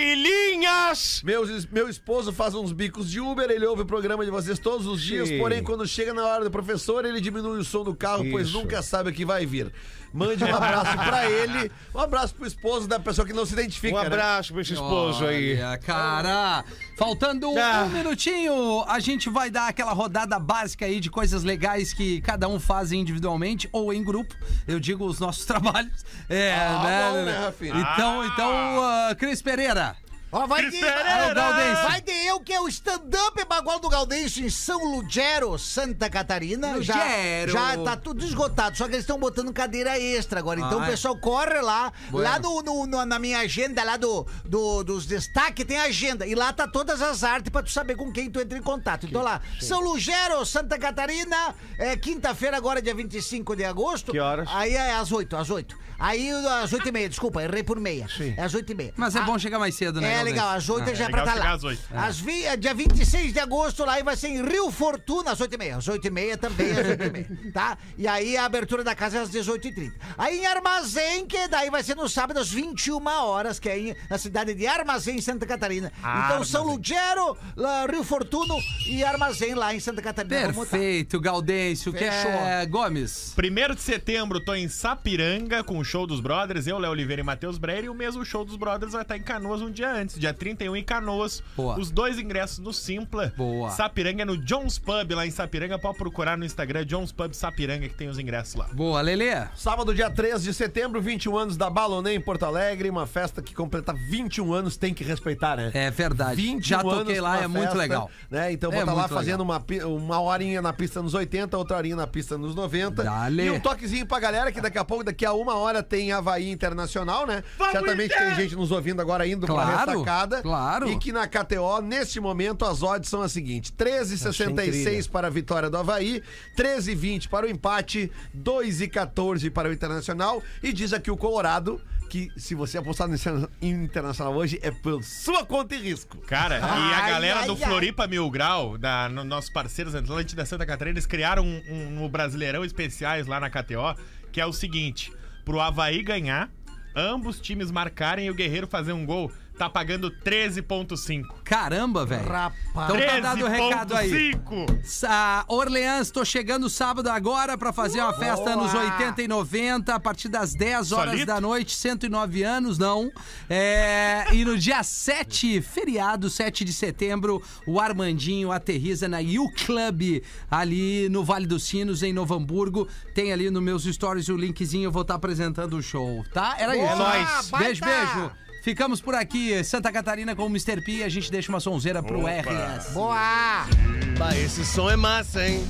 S6: Pilinhas!
S4: Meus, meu esposo faz uns bicos de Uber, ele ouve o programa de vocês todos os dias,
S6: Sim.
S4: porém, quando chega na hora do professor, ele diminui o som do carro, pois
S6: Isso.
S4: nunca sabe o que vai vir. Mande um abraço pra ele. Um abraço pro esposo da pessoa que não se identifica.
S6: Um
S4: né?
S6: abraço pro esse esposo aí.
S3: Olha, cara. Faltando
S6: Ah.
S3: um minutinho, a gente vai dar aquela rodada básica aí de coisas legais que cada um faz individualmente ou em grupo. Eu digo os nossos trabalhos. É, né?
S4: bom, né, Rafinha?
S3: Então, então, ah, Cris Pereira.
S8: Ó, vai de,
S3: Alô, Gaudense.
S8: vai de eu, que é o stand-up bagual do Gaudêncio em São Lugero, Santa Catarina.
S3: Lugero.
S8: Já, já tá tudo esgotado, só que eles estão botando cadeira extra agora. Então
S3: Ah,
S8: o pessoal corre lá.
S3: Bueno.
S8: Lá no, no- no- na minha agenda, lá do, do- dos destaques, tem agenda. E lá tá todas as artes pra tu saber com quem tu entra em contato. Então lá, São Lugero, Santa Catarina, é, quinta-feira agora, dia 25 de agosto.
S6: Que horas?
S8: Aí é às 8, às 8. Aí às 8 e meia, desculpa, errei por meia. É às 8 e meia.
S3: Mas é
S8: Ah,
S3: bom chegar mais cedo, né?
S8: é
S3: Gaudense?
S8: legal, às 8
S5: É
S8: já é pra
S5: legal
S8: tá
S5: chegar
S8: lá.
S5: às oito.
S8: Às vi, é, dia 26 de agosto lá e vai ser em Rio Fortuna, às 8h30. Às 8h30 também, às 8h30, tá? E aí a abertura da casa é às 18h30. Aí em Armazém, que daí vai ser no sábado às 21 horas, que é em- na cidade de Armazém, Santa Catarina. então São Lugero, lá, Rio Fortuno e Armazém lá em Santa Catarina. Vamos botar.
S3: Perfeito, Gaudêncio. Que é
S8: Fechou.
S3: Gomes.
S5: 1 de setembro, tô em Sapiranga com o show dos brothers. Eu, Léo Oliveira e Matheus Breyer. E o mesmo show dos brothers vai estar em Canoas um dia antes, dia 31 em Canoas.
S3: Boa.
S5: Os dois ingressos no Simpla.
S3: Boa.
S5: Sapiranga é no Jones Pub, lá em Sapiranga. Pode procurar no Instagram Jones Pub Sapiranga, que tem os ingressos lá.
S3: Boa, Lelê.
S4: Sábado, dia 3 de setembro, 21 anos da Balonê em Porto Alegre. Uma festa que completa 21 anos, tem que respeitar, né?
S3: É verdade.
S4: 21
S3: Já toquei
S4: anos
S3: lá,
S4: numa
S3: é muito
S4: festa,
S3: legal.
S4: Né? Então,
S3: É
S4: vou estar lá
S3: muito
S4: fazendo uma, pi- uma horinha na pista nos 80, outra horinha na pista nos 90.
S3: Dale.
S4: E um toquezinho pra galera, que daqui a pouco, daqui a uma hora, tem Havaí Internacional, né? Certamente tem gente nos ouvindo agora indo
S3: Claro,
S4: pra ressacada.
S3: claro.
S4: E que na KTO, neste momento, as odds são as seguintes: 13,66 para a vitória do Havaí, 13,20 para o empate, 2,14 para o Internacional. E diz aqui o Colorado que se você apostar no Interna- Internacional hoje, é por sua conta e risco.
S5: Cara, e a
S8: Ai,
S5: galera
S8: ai,
S5: do
S8: ai.
S5: Floripa Mil Grau, da, no- nossos parceiros Atlântida Santa Catarina, eles criaram um, um- um Brasileirão especiais lá na KTO, que é o seguinte: pro Havaí ganhar, ambos times marcarem e o Guerreiro fazer um gol, tá pagando 13,5.
S3: Caramba, velho.
S8: Rapaz.
S3: Então tá dado o recado aí.
S5: 13,5!
S3: Sa- Orleans, tô chegando sábado agora pra fazer uma festa nos 80 e 90, a partir das 10 horas
S5: Solito?
S3: da noite, 109 anos, não. É, e no dia 7, feriado, 7 de setembro, o Armandinho aterriza na U Club, ali no Vale dos Sinos, em Novo Hamburgo. Tem ali nos meus stories o linkzinho, eu vou estar apresentando o show, tá? Era isso.
S8: nóis.
S3: Beijo,
S8: Baita!
S3: beijo. Ficamos por aqui, Santa Catarina com o Mr. P, a gente deixa uma sonzeira pro RS.
S8: Boa!
S6: Bah, esse som é massa, hein?